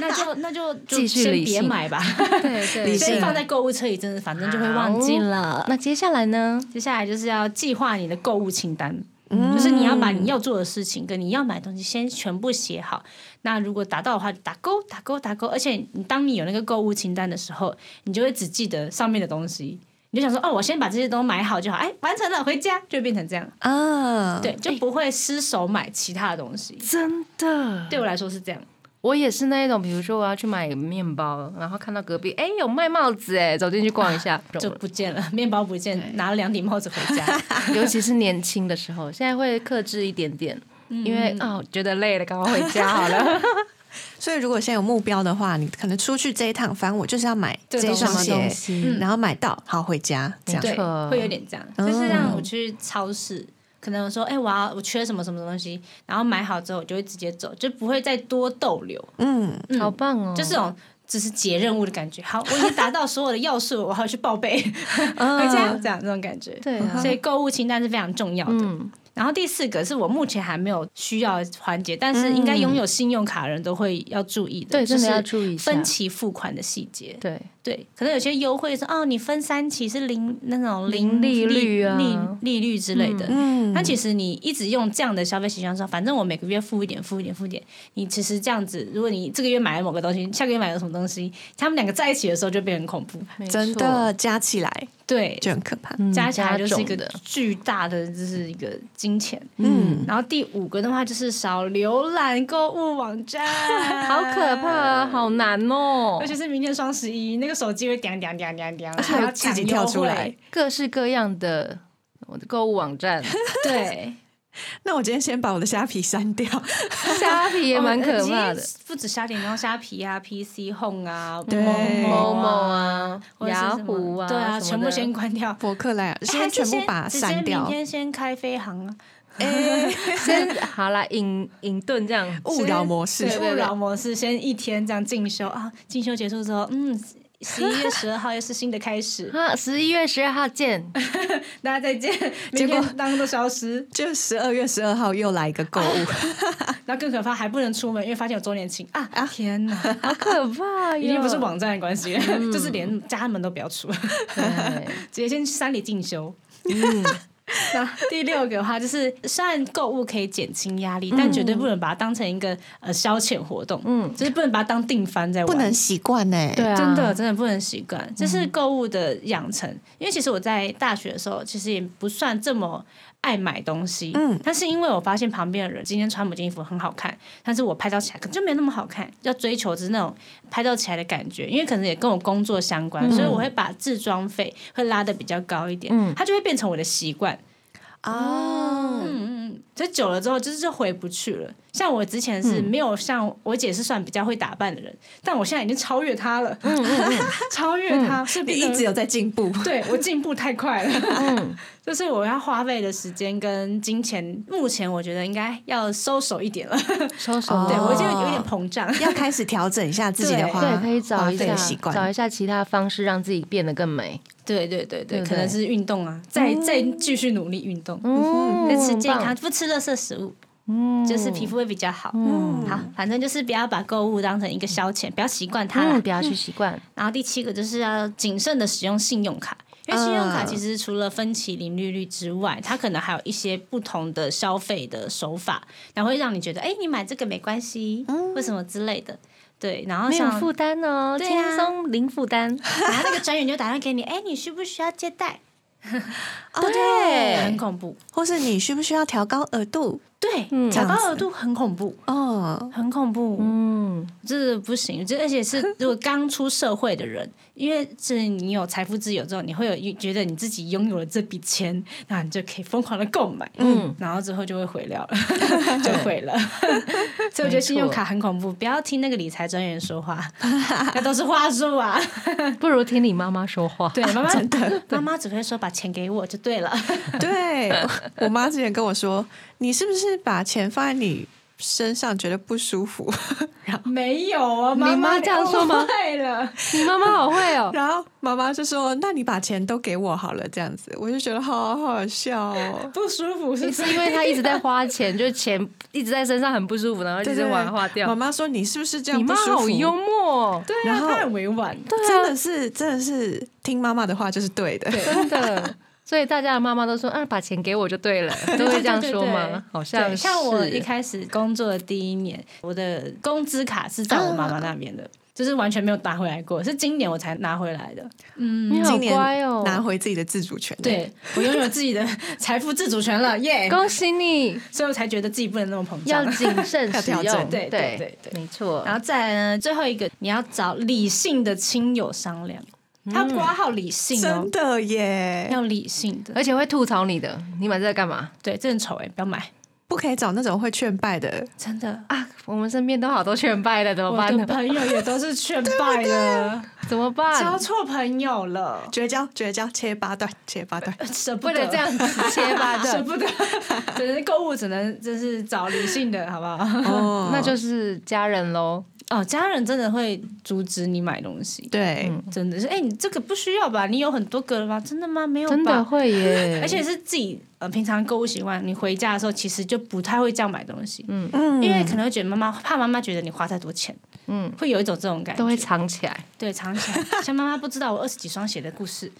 [SPEAKER 2] 那就那就就
[SPEAKER 1] 继续
[SPEAKER 2] 先
[SPEAKER 1] 理
[SPEAKER 2] 别
[SPEAKER 1] 性
[SPEAKER 2] 买吧，
[SPEAKER 1] [laughs]
[SPEAKER 2] [laughs]
[SPEAKER 1] 对对
[SPEAKER 3] 理性
[SPEAKER 2] 先放在购物车里，真的反正就会忘记了。
[SPEAKER 1] [laughs] 那接下来呢？
[SPEAKER 2] 接下来就是要计划你的购物清单，就是你要把你要做的事情跟你要买的东西先全部写好。那如果达到的话，就打勾打勾打勾。而且你当你有那个购物清单的时候，你就会只记得上面的东西。你就想说哦，我先把这些都买好就好，哎，完成了，回家就变成这样，
[SPEAKER 3] 啊，
[SPEAKER 2] 对，就不会失手买其他的东西。
[SPEAKER 1] 真的，
[SPEAKER 2] 对我来说是这样，
[SPEAKER 1] 我也是那一种，比如说我要去买面包，然后看到隔壁哎有卖帽子哎，走进去逛一下，
[SPEAKER 2] 就不见了，面包不见，拿了两顶帽子回家。
[SPEAKER 1] 尤其是年轻的时候，现在会克制一点点，
[SPEAKER 2] 嗯
[SPEAKER 1] 因为哦觉得累了，赶快回家好
[SPEAKER 2] [laughs]
[SPEAKER 1] 了。
[SPEAKER 3] 所以如果现在有目标的话，你可能出去这一趟，反正我就是要买
[SPEAKER 2] 这
[SPEAKER 3] 这一双
[SPEAKER 1] 什么东
[SPEAKER 3] 鞋，
[SPEAKER 1] 西
[SPEAKER 3] 然后买到好回家这样。
[SPEAKER 2] 对
[SPEAKER 1] 错，
[SPEAKER 2] 会有点这
[SPEAKER 1] 哦
[SPEAKER 2] 样，就是让我去超市，可能我说，哎、我要我缺什么什么东西，然后买好之后，我就会直接走，就不会再多逗留，
[SPEAKER 3] 嗯，
[SPEAKER 1] 好棒哦！
[SPEAKER 2] 就这种。只是解任务的感觉，好，我已经达到所有的要素，我还要去报备， [laughs] 回家这样这种感觉。
[SPEAKER 1] 哦对啊
[SPEAKER 2] 所以购物清单是非常重要的。
[SPEAKER 1] 嗯，
[SPEAKER 2] 然后第四个是我目前还没有需要的环节，但是应该拥有信用卡的人都会要注意的，
[SPEAKER 1] 嗯对，
[SPEAKER 2] 就
[SPEAKER 1] 真的要
[SPEAKER 2] 是
[SPEAKER 1] 注意一下
[SPEAKER 2] 分。期付款的细节。
[SPEAKER 1] 对，
[SPEAKER 2] 对，可能有些优惠是哦，你分三期是零那种
[SPEAKER 1] 零
[SPEAKER 2] 零
[SPEAKER 1] 利率啊
[SPEAKER 2] 利利率之类的。
[SPEAKER 3] 嗯
[SPEAKER 2] 那、其实你一直用这样的消费习惯说，反正我每个月付一点，付一点，付一点。你其实这样子，如果你这个月买了某个东西，下个月买了什么东西，他们两个在一起的时候就变得很恐怖。
[SPEAKER 1] 没错
[SPEAKER 3] 真的加起来
[SPEAKER 2] 对，
[SPEAKER 3] 就很可怕。
[SPEAKER 1] 嗯
[SPEAKER 2] 加起来就是
[SPEAKER 1] 加
[SPEAKER 2] 一
[SPEAKER 1] 重
[SPEAKER 2] 个
[SPEAKER 1] 的，
[SPEAKER 2] 巨大的，就是一个金钱。
[SPEAKER 3] 嗯，
[SPEAKER 2] 然后第五个的话就是少浏览购物网站，
[SPEAKER 1] [laughs] 好可怕，啊好难哦
[SPEAKER 2] 而！且是明天双十一，那个手机会叮叮叮叮叮，
[SPEAKER 3] 且还有
[SPEAKER 2] 然后抢
[SPEAKER 3] 自己跳
[SPEAKER 2] 优惠
[SPEAKER 3] 出来，
[SPEAKER 2] [laughs]
[SPEAKER 1] 各式各样的我的购物网站，
[SPEAKER 2] 对，
[SPEAKER 3] 那我今天先把我的虾皮删掉。
[SPEAKER 1] 虾皮也蛮可怕
[SPEAKER 2] 哦
[SPEAKER 1] 的，
[SPEAKER 2] 已经不止虾皮，你用虾皮啊、PC Home 啊、
[SPEAKER 3] 对
[SPEAKER 1] 某某
[SPEAKER 2] 某某啊、
[SPEAKER 1] 啊、
[SPEAKER 2] 或者是
[SPEAKER 1] 雅
[SPEAKER 2] 什么
[SPEAKER 1] 虎啊，
[SPEAKER 2] 对啊，
[SPEAKER 1] 什
[SPEAKER 2] 全
[SPEAKER 1] 么
[SPEAKER 2] 部
[SPEAKER 1] 的
[SPEAKER 2] 先关掉。
[SPEAKER 3] 博客来啊，
[SPEAKER 2] 还
[SPEAKER 3] 先
[SPEAKER 2] 是
[SPEAKER 3] 全部把它
[SPEAKER 2] 直接
[SPEAKER 3] 删掉
[SPEAKER 2] 明。天先开飞航啊，
[SPEAKER 1] 先 [laughs] 好啦，隐隐遁这样。
[SPEAKER 3] 勿扰模式，
[SPEAKER 2] 对
[SPEAKER 1] 对对
[SPEAKER 2] 勿扰模式，先一天这样进修啊，进修结束之后，嗯。十一月十二号又是新的开始，
[SPEAKER 1] 啊，十一月十二号见。
[SPEAKER 2] 大家再见。
[SPEAKER 3] 结
[SPEAKER 2] 明
[SPEAKER 3] 果
[SPEAKER 2] 天当都消失，
[SPEAKER 3] 就十二月十二号又来一个购物， [laughs]
[SPEAKER 2] 然后更可怕还不能出门，因为发现有周年庆啊！天哪，
[SPEAKER 1] 好可怕哟！
[SPEAKER 2] 已经不是网站的关 [laughs] 系了，哎嗯就是连家门都不要出，
[SPEAKER 1] 对
[SPEAKER 2] 直接先去山里进修。嗯， [laughs] 那第六个的话就是，虽然购物可以减轻压力，但绝对不能把它当成一个呃消遣活动，
[SPEAKER 1] 嗯
[SPEAKER 2] 嗯，就是不能把它当定番在玩，
[SPEAKER 3] 不能习惯呢。
[SPEAKER 1] 对啊，
[SPEAKER 2] 真的真的不能习惯，这是购物的养成。因为其实我在大学的时候，其实也不算这么爱买东西，
[SPEAKER 3] 嗯
[SPEAKER 2] 嗯，但是因为我发现旁边的人今天穿某件衣服很好看，但是我拍照起来可能就没那么好看，要追求就是那种拍照起来的感觉，因为可能也跟我工作相关，所以我会把自装费会拉的比较高一点，
[SPEAKER 1] 嗯
[SPEAKER 2] 它就会变成我的习惯。嗯
[SPEAKER 3] 啊，
[SPEAKER 2] 就久了之后，就是就回不去了。像我之前是没有像我姐是算比较会打扮的人，但我现在已经超越她了， [laughs] 超越她是
[SPEAKER 3] 你
[SPEAKER 2] 比
[SPEAKER 3] 一直有在进步。
[SPEAKER 2] 对我进步太快了， [laughs] 就是我要花费的时间跟金钱，目前我觉得应该要收手一点了。
[SPEAKER 1] 收手
[SPEAKER 3] 哦
[SPEAKER 1] 了。
[SPEAKER 2] [laughs] 对我就有点膨胀，
[SPEAKER 3] 要开始调整一下自己的
[SPEAKER 2] 对
[SPEAKER 3] 花，
[SPEAKER 1] 对，可以找
[SPEAKER 3] 花
[SPEAKER 1] 一
[SPEAKER 3] 费
[SPEAKER 1] 下
[SPEAKER 3] 的习惯，嗯
[SPEAKER 1] 找一下其他方式让自己变得更美。
[SPEAKER 2] 对对对
[SPEAKER 1] 对
[SPEAKER 2] 对，
[SPEAKER 1] 不对
[SPEAKER 2] 可能是运动啊，再再继续努力运动，
[SPEAKER 1] 嗯
[SPEAKER 2] [laughs] 再吃健康，，不吃垃圾食物，就是皮肤会比较好。
[SPEAKER 1] 嗯
[SPEAKER 2] 好，反正就是不要把购物当成一个消遣，不要习惯它啦
[SPEAKER 1] 嗯，。不要去习惯。
[SPEAKER 2] 然后第七个就是要谨慎的使用信用卡，因为信用卡
[SPEAKER 3] 嗯
[SPEAKER 2] 其实除了分期零利率之外，它可能还有一些不同的消费的手法，然后会让你觉得，哎，你买这个没关系，为什么之类的。对，然后
[SPEAKER 1] 嗯没有
[SPEAKER 2] 像
[SPEAKER 1] 负担哦，
[SPEAKER 2] 对
[SPEAKER 1] 轻
[SPEAKER 2] 啊
[SPEAKER 1] 松零负担。
[SPEAKER 2] 然后那个专员就打电话给你，哎，你需不需要接待？
[SPEAKER 3] 哦
[SPEAKER 2] 很
[SPEAKER 3] 对，
[SPEAKER 2] 恐怖，
[SPEAKER 3] 或是你需不需要调高额度？
[SPEAKER 2] 对
[SPEAKER 1] 嗯，
[SPEAKER 2] 调高额度很恐怖，
[SPEAKER 3] 哦，
[SPEAKER 2] 很恐怖，
[SPEAKER 1] 嗯，
[SPEAKER 2] 这不行，这而且是如果刚出社会的人，因为是你有财富自由之后，你会有觉得你自己拥有了这笔钱，那你就可以疯狂的购买，
[SPEAKER 1] 嗯
[SPEAKER 2] 嗯，然后之后就会毁掉了，就毁了。 [laughs] 所以我觉得信用卡很恐怖，不要听那个理财专员说话， [laughs] 那都是话术啊。
[SPEAKER 1] 不如听你妈妈说话。
[SPEAKER 2] 对，妈妈妈妈只会说把钱给我就对了，
[SPEAKER 3] 对我妈之前跟我说，你是不是把钱放在你身上觉得不舒服？ [laughs]
[SPEAKER 2] 没有啊，
[SPEAKER 1] 你妈这样说吗
[SPEAKER 2] 对了，
[SPEAKER 1] 你妈妈好会哦。
[SPEAKER 3] 然后妈妈就说：“那你把钱都给我好了。”这样子，我就觉得好好笑哦。
[SPEAKER 2] 不舒服是
[SPEAKER 1] 是因为她一直在花钱，就钱一直在身上很不舒服，然后一直
[SPEAKER 3] 对
[SPEAKER 1] 往花
[SPEAKER 3] 妈
[SPEAKER 1] 掉。
[SPEAKER 3] 妈说：“你是不是这
[SPEAKER 1] 你
[SPEAKER 3] 样
[SPEAKER 1] 妈
[SPEAKER 3] 不舒
[SPEAKER 1] 好
[SPEAKER 3] 服？”
[SPEAKER 1] 幽默哦，
[SPEAKER 2] 对
[SPEAKER 3] 然
[SPEAKER 2] 啊，
[SPEAKER 3] 后
[SPEAKER 2] 她很委婉，
[SPEAKER 3] 真的是，真的是听妈妈的话就是对的。
[SPEAKER 1] 真的。所以大家的妈妈都说，啊，把钱给我就对了，都会这样说吗？好像
[SPEAKER 2] 对
[SPEAKER 1] 是
[SPEAKER 2] 像我一开始工作的第一年，我的工资卡是在我妈妈那边的，就是完全没有拿回来过，是今年我才拿回来的。
[SPEAKER 1] 嗯你好
[SPEAKER 3] 今年
[SPEAKER 1] 乖哦，
[SPEAKER 3] 拿回自己的自主权。，
[SPEAKER 2] 对我拥有自己的 [laughs] 财富自主权了，耶、
[SPEAKER 1] 恭喜
[SPEAKER 3] [laughs]
[SPEAKER 1] 你，
[SPEAKER 2] 所以我才觉得自己不能那么膨
[SPEAKER 1] 要
[SPEAKER 2] 胀。 [laughs]
[SPEAKER 1] 谨慎
[SPEAKER 3] 要
[SPEAKER 1] 使
[SPEAKER 3] 调
[SPEAKER 1] 用，
[SPEAKER 3] 整
[SPEAKER 2] 对对对对
[SPEAKER 1] 没错
[SPEAKER 2] 然。后再来呢，最后一个你要找理性的亲友商量，他挂号理性哦
[SPEAKER 3] 真，的耶，
[SPEAKER 2] 要理性的。
[SPEAKER 1] 而且会吐槽你的，你买这个干嘛
[SPEAKER 2] 哎对，这很丑哎、不要买，
[SPEAKER 3] 不可以找那种会劝败的。
[SPEAKER 2] 真的。
[SPEAKER 1] 啊？我们身边都好多劝败的，怎么
[SPEAKER 2] 我
[SPEAKER 1] 办
[SPEAKER 2] 的
[SPEAKER 1] 呢？
[SPEAKER 2] 朋友也都是劝 [laughs] 败的，
[SPEAKER 1] 怎么
[SPEAKER 2] 交
[SPEAKER 1] 办？
[SPEAKER 2] 错朋友了，
[SPEAKER 3] 绝交，绝交，切八段，切八 [laughs] 段。
[SPEAKER 2] 舍不
[SPEAKER 1] 不
[SPEAKER 2] 得
[SPEAKER 1] 能这样子切
[SPEAKER 2] [laughs]
[SPEAKER 1] 吧
[SPEAKER 2] 舍
[SPEAKER 1] 的，
[SPEAKER 2] 不得，只能购物，只能就是找理性的，好不好？
[SPEAKER 3] 哦
[SPEAKER 1] 那就是家人喽。
[SPEAKER 2] [laughs] 哦，家人真的会阻止你买东西，
[SPEAKER 3] 对，
[SPEAKER 2] 真的是，哎、你这个不需要吧？你有很多个了吧？真的吗？没有吧？
[SPEAKER 1] 真的会耶，
[SPEAKER 2] [laughs] 而且是自己呃平常购物习惯，你回家的时候其实就不太会这样买东西，嗯
[SPEAKER 3] 嗯
[SPEAKER 2] 因为可能会觉得妈妈怕妈妈觉得你花太多钱，
[SPEAKER 1] 嗯
[SPEAKER 2] 嗯，会有一种这种感觉，
[SPEAKER 1] 都会藏起来。
[SPEAKER 2] 对藏起
[SPEAKER 1] [laughs]
[SPEAKER 2] 来，像妈妈不知道我二十几双鞋的故事，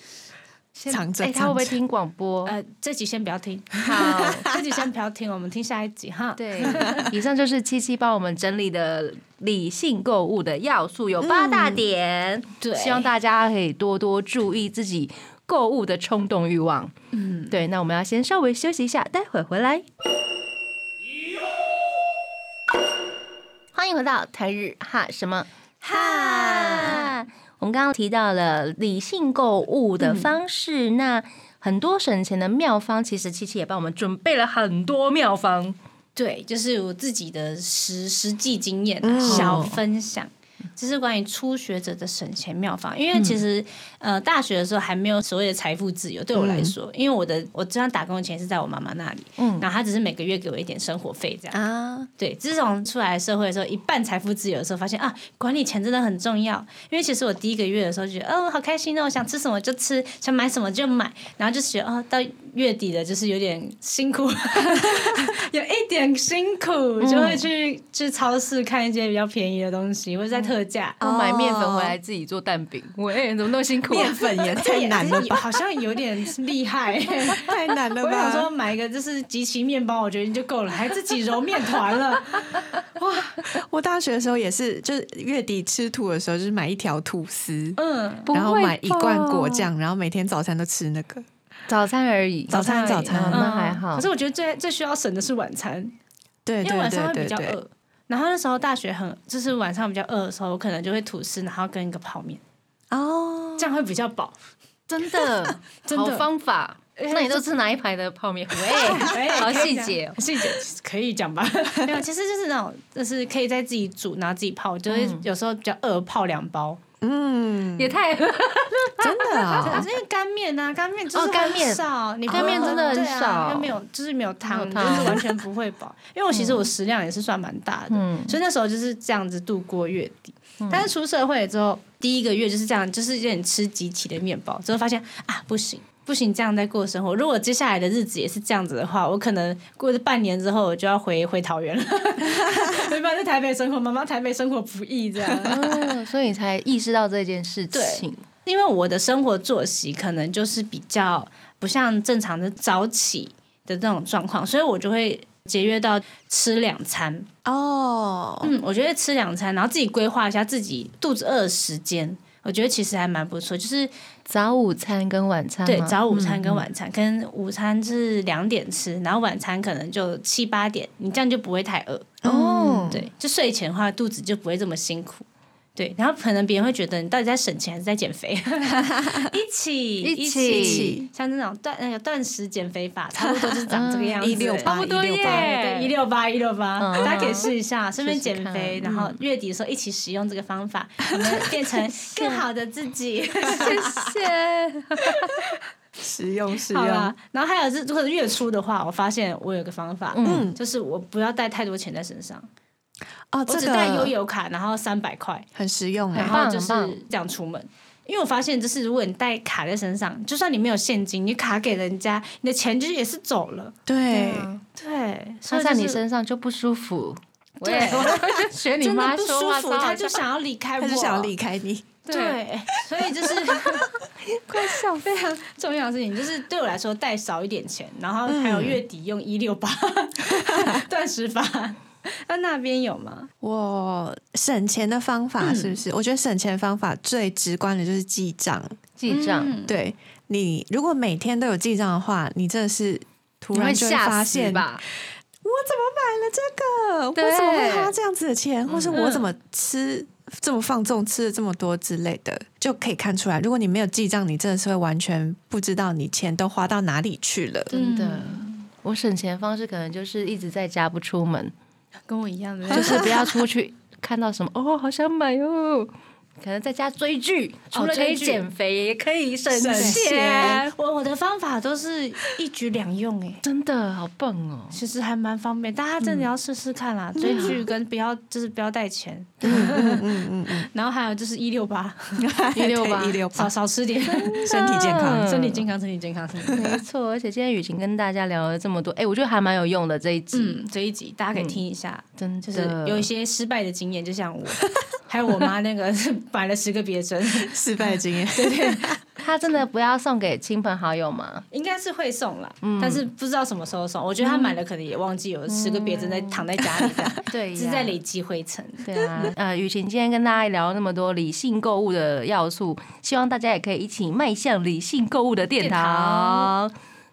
[SPEAKER 1] 先
[SPEAKER 3] 藏着
[SPEAKER 1] 哎，他会不会
[SPEAKER 3] 藏着
[SPEAKER 1] 听广播？
[SPEAKER 2] 呃，这集先不要听，
[SPEAKER 1] 好，
[SPEAKER 2] [laughs] 这集先不要听，我们听下一集哈。
[SPEAKER 1] [laughs] 对，以上就是七七帮我们整理的理性购物的要素，有八大点。
[SPEAKER 2] 对
[SPEAKER 1] 希望大家可以多多注意自己购物的冲动欲望。嗯，对，那我们要先稍微休息一下，待会儿回来。欢迎回到台日哈什么哈。嗯我们刚刚提到了理性购物的方式，那很多省钱的妙方，其实七七也帮我们准备了很多妙方。
[SPEAKER 2] 对，就是我自己的实实际经验、啊
[SPEAKER 3] 嗯
[SPEAKER 2] 小分享。这是关于初学者的省钱妙方，因为其实、
[SPEAKER 3] 嗯
[SPEAKER 2] 呃，大学的时候还没有所谓的财富自由，对我来说，因为我的我这样打工的钱是在我妈妈那里，
[SPEAKER 1] 嗯
[SPEAKER 2] 然后她只是每个月给我一点生活费这样。
[SPEAKER 3] 啊，
[SPEAKER 2] 对，自从出来社会的时候，一半财富自由的时候，发现啊，管理钱真的很重要。因为其实我第一个月的时候就觉得，哦，好开心哦，想吃什么就吃，想买什么就买，然后就觉得，哦，到月底了，就是有点辛苦， [laughs] 有一点辛苦，就会去、去超市看一些比较便宜的东西，或者在特价。
[SPEAKER 1] 我买面粉回来自己做蛋饼，哦喂，怎么那么辛苦？面粉也
[SPEAKER 2] 这也是有好像有点厉 [laughs] 害、
[SPEAKER 3] 太难了
[SPEAKER 2] 我想说
[SPEAKER 3] 吧？
[SPEAKER 2] 买一个就是集齐面包，我觉得就够了，还自己揉面团了。
[SPEAKER 3] 我大学的时候也是，就是月底吃土的时候，就是买一条吐司，
[SPEAKER 2] 嗯，
[SPEAKER 3] 然后买一罐果酱，然后每天早餐都吃那个。
[SPEAKER 1] 早餐而已，
[SPEAKER 3] 早餐早餐
[SPEAKER 1] 哦那还好。
[SPEAKER 2] 可是我觉得最最需要省的是晚餐，
[SPEAKER 3] 对
[SPEAKER 2] 因为
[SPEAKER 3] 对
[SPEAKER 2] 晚上
[SPEAKER 3] 对对
[SPEAKER 2] 会比较
[SPEAKER 3] 对，
[SPEAKER 2] 饿。然后那时候大学很，就是晚上比较饿的时候，我可能就会吐司，然后跟一个泡面，
[SPEAKER 3] 哦，
[SPEAKER 2] 这样会比较饱。
[SPEAKER 1] [laughs] 真的，哎
[SPEAKER 2] 真的
[SPEAKER 1] 好方法。那你都吃哪一排的泡 [laughs] 面？喂，好细节哦。
[SPEAKER 2] 细节可以讲吧？没有，其实就是那种，就是可以在自己煮，然后自己泡，就是
[SPEAKER 1] 嗯
[SPEAKER 2] 有时候比较饿，泡两包。
[SPEAKER 3] 嗯，
[SPEAKER 1] 也太
[SPEAKER 3] 真的
[SPEAKER 2] [laughs] 可
[SPEAKER 3] 啊，
[SPEAKER 2] 是因为干面啊，干面就是
[SPEAKER 1] 哦干面
[SPEAKER 2] 很少，你
[SPEAKER 1] 干面真的很
[SPEAKER 2] 对啊
[SPEAKER 1] 少
[SPEAKER 2] 又没有就是没有汤，
[SPEAKER 1] 没有
[SPEAKER 2] 就
[SPEAKER 1] 汤
[SPEAKER 2] 是完全不会饱。因为我其实我食量也是算蛮大的，
[SPEAKER 1] 嗯
[SPEAKER 2] 所以那时候就是这样子度过月底。但是出社会之后，第一个月就是这样，就是有点吃集体的面包，之后发现啊不行。不行，这样在过生活。如果接下来的日子也是这样子的话，我可能过了半年之后，我就要回回桃园了。 [laughs] 没办法，在台北生活，妈妈台北生活不易这样。
[SPEAKER 1] [laughs] 哦，所以你才意识到这件事情。
[SPEAKER 2] 因为我的生活作息可能就是比较不像正常的早起的那种状况，所以我就会节约到吃两餐。
[SPEAKER 3] 哦，
[SPEAKER 2] 嗯，我觉得吃两餐，然后自己规划一下自己肚子饿的时间。我觉得其实还蛮不错，就是
[SPEAKER 1] 早午餐跟晚餐吗，
[SPEAKER 2] 对早午餐
[SPEAKER 1] 嗯
[SPEAKER 2] 跟晚餐，跟午餐是两点吃，然后晚餐可能就七八点，你这样就不会太饿。
[SPEAKER 1] 哦，
[SPEAKER 2] 对，就睡前的话，肚子就不会这么辛苦。对，然后可能别人会觉得你到底在省钱还是在减肥？ [laughs] 一起
[SPEAKER 1] [laughs] 一起
[SPEAKER 2] 一起，像这种断那个断食减肥法，差不多就是
[SPEAKER 1] 嗯
[SPEAKER 2] 长这个样子。
[SPEAKER 3] 一六
[SPEAKER 1] 差
[SPEAKER 3] 八
[SPEAKER 1] 不
[SPEAKER 3] 一
[SPEAKER 1] 多
[SPEAKER 3] 六八，
[SPEAKER 1] 耶
[SPEAKER 2] 对，一六八一六八，
[SPEAKER 1] 嗯
[SPEAKER 2] 大家可以试一下，顺便
[SPEAKER 1] 试试
[SPEAKER 2] 减
[SPEAKER 1] 看嗯
[SPEAKER 2] 肥，然后月底的时候一起使用这个方法，我们
[SPEAKER 1] [laughs]
[SPEAKER 2] 变成更好的自己。
[SPEAKER 1] 谢 [laughs] 谢。
[SPEAKER 3] 实用实
[SPEAKER 2] 好
[SPEAKER 3] 用
[SPEAKER 2] 啦，，然后还有是，如果是月初的话，我发现我有个方法，
[SPEAKER 1] 嗯
[SPEAKER 2] 就是我不要带太多钱在身上，
[SPEAKER 3] 哦，
[SPEAKER 2] 我
[SPEAKER 3] 这
[SPEAKER 2] 只带悠
[SPEAKER 3] 个
[SPEAKER 2] 游卡，然后三百块，
[SPEAKER 3] 很实用
[SPEAKER 1] 很
[SPEAKER 3] 哎
[SPEAKER 2] 然，
[SPEAKER 1] 棒
[SPEAKER 2] 后就是这样出门。因为我发现，就是如果你带卡在身上，就算你没有现金，你卡给人家，你的钱就是也是走了。
[SPEAKER 3] 对，
[SPEAKER 2] 啊对，所
[SPEAKER 1] 穿在
[SPEAKER 2] 以就是
[SPEAKER 1] 你身上就不舒服。
[SPEAKER 2] 对
[SPEAKER 1] 喂我 [laughs] 学你
[SPEAKER 2] 真的
[SPEAKER 1] 妈
[SPEAKER 2] 不
[SPEAKER 1] 说
[SPEAKER 2] 舒
[SPEAKER 1] 话，
[SPEAKER 2] 服，
[SPEAKER 1] 超好
[SPEAKER 2] 他就
[SPEAKER 1] 笑
[SPEAKER 2] 想要离开我，
[SPEAKER 3] 他就想要离开你，
[SPEAKER 2] 对，所以
[SPEAKER 1] [laughs]
[SPEAKER 2] 就是快笑，
[SPEAKER 3] [laughs]
[SPEAKER 2] 非
[SPEAKER 3] 啊
[SPEAKER 2] 常 [laughs] 重要的事情就是对我来说带少一点钱，然后还有
[SPEAKER 1] 嗯
[SPEAKER 2] 月底用一六八 [laughs] 断食法。 [laughs] 那那边有吗？
[SPEAKER 3] 我省钱的方法是不
[SPEAKER 2] 嗯
[SPEAKER 3] 是？我觉得省钱的方法最直观的就是记账。
[SPEAKER 1] 记账。
[SPEAKER 2] 嗯，
[SPEAKER 3] 对你，如果每天都有记账的话，你真的是突
[SPEAKER 1] 你
[SPEAKER 3] 然
[SPEAKER 1] 会
[SPEAKER 3] 就
[SPEAKER 1] 吓
[SPEAKER 3] 发
[SPEAKER 1] 死
[SPEAKER 3] 现，
[SPEAKER 1] 吧？
[SPEAKER 3] 我怎么买了这个？
[SPEAKER 1] 对嗯
[SPEAKER 3] 我怎么会花这样子的钱？或是我怎么吃这么放纵，吃了这么多之类的，就可以看出来。如果你没有记账，你真的是会完全不知道你钱都花到哪里去了。
[SPEAKER 1] 真的，我省钱的方式可能就是一直在家不出门，
[SPEAKER 2] [laughs] 跟我一样的，
[SPEAKER 1] 就是不要出去看到什么哦，好想买哦。可能在家追剧，除了可以
[SPEAKER 2] 哦追剧
[SPEAKER 1] 减肥，也可以省
[SPEAKER 2] 省
[SPEAKER 1] 钱，
[SPEAKER 2] 我我的方法都是一举两用哎、
[SPEAKER 1] [laughs] 真的好棒
[SPEAKER 2] [laughs]
[SPEAKER 1] 哦！
[SPEAKER 2] 其实还蛮方便，大家真的要试试
[SPEAKER 3] 嗯
[SPEAKER 2] 看啦。追剧跟不要就是不要带钱， [laughs] 然后还有就是一六
[SPEAKER 3] [laughs]
[SPEAKER 2] 八，
[SPEAKER 1] 一六八
[SPEAKER 3] 嗯对一六
[SPEAKER 2] 少
[SPEAKER 3] 八，嗯
[SPEAKER 2] 少吃点，
[SPEAKER 3] 身体健康。
[SPEAKER 2] 身体健康，身体健康，身体健康。
[SPEAKER 1] 没错，而且今天雨晴跟大家聊了这么多，哎、我觉得还蛮有用的这一集，
[SPEAKER 2] 嗯，这一集大家可以听一下，
[SPEAKER 1] 真的
[SPEAKER 2] 就是
[SPEAKER 3] 嗯
[SPEAKER 2] 有一些失败的经验，就像我，还有我妈那个 [laughs] 买了十个别针，
[SPEAKER 3] 失败的经验，
[SPEAKER 1] 他真的不要送给亲朋好友吗？
[SPEAKER 2] 应该是会送啦，但是不知道什么时候送。我觉得她买了可能也忘记有十个别针在躺在家里这样，
[SPEAKER 1] 对
[SPEAKER 2] 只是在累积灰尘。
[SPEAKER 1] 对啊，呃，雨晴今天跟大家聊那么多理性购物的要素，希望大家也可以一起迈向理性购物的殿堂。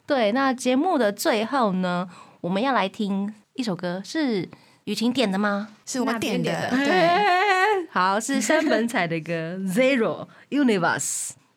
[SPEAKER 1] 对，那节目的最后呢，我们要来听一首歌，是雨晴点的吗？
[SPEAKER 3] 是我点的，
[SPEAKER 2] 哎
[SPEAKER 3] 对，
[SPEAKER 2] 哎哎
[SPEAKER 1] 好，是山本彩的歌《Zero Universe》。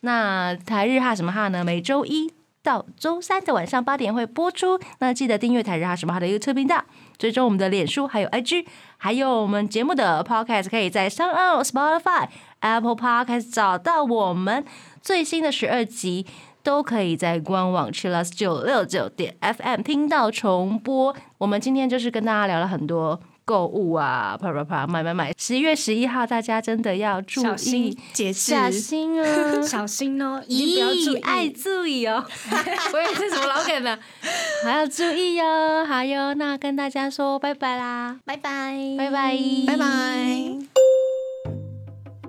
[SPEAKER 1] 那台日哈什么哈呢？每周一到周三的晚上八点会播出。那记得订阅台日哈什么哈的 YouTube 频道，追踪我们的脸书还有 IG，还有我们节目的 Podcast，可以在 s o u Spotify、Apple Podcast 找到我们最新的十二集。都可以在官网 chillus 九六九点 FM 听到重播。我们今天就是跟大家聊了很多购物啊，啪啪啪，买买买。十一月十一号，大家真的要注
[SPEAKER 2] 小
[SPEAKER 1] 意
[SPEAKER 2] 心
[SPEAKER 3] 解释
[SPEAKER 1] 小心啊！
[SPEAKER 2] 小心哦，一定不要注意。
[SPEAKER 1] 爱注意哦！ [laughs] 我也是什么老梗呢？还要注意哦。好哟，那跟大家说拜拜啦，
[SPEAKER 2] 拜拜，
[SPEAKER 1] 拜拜，
[SPEAKER 3] 拜拜。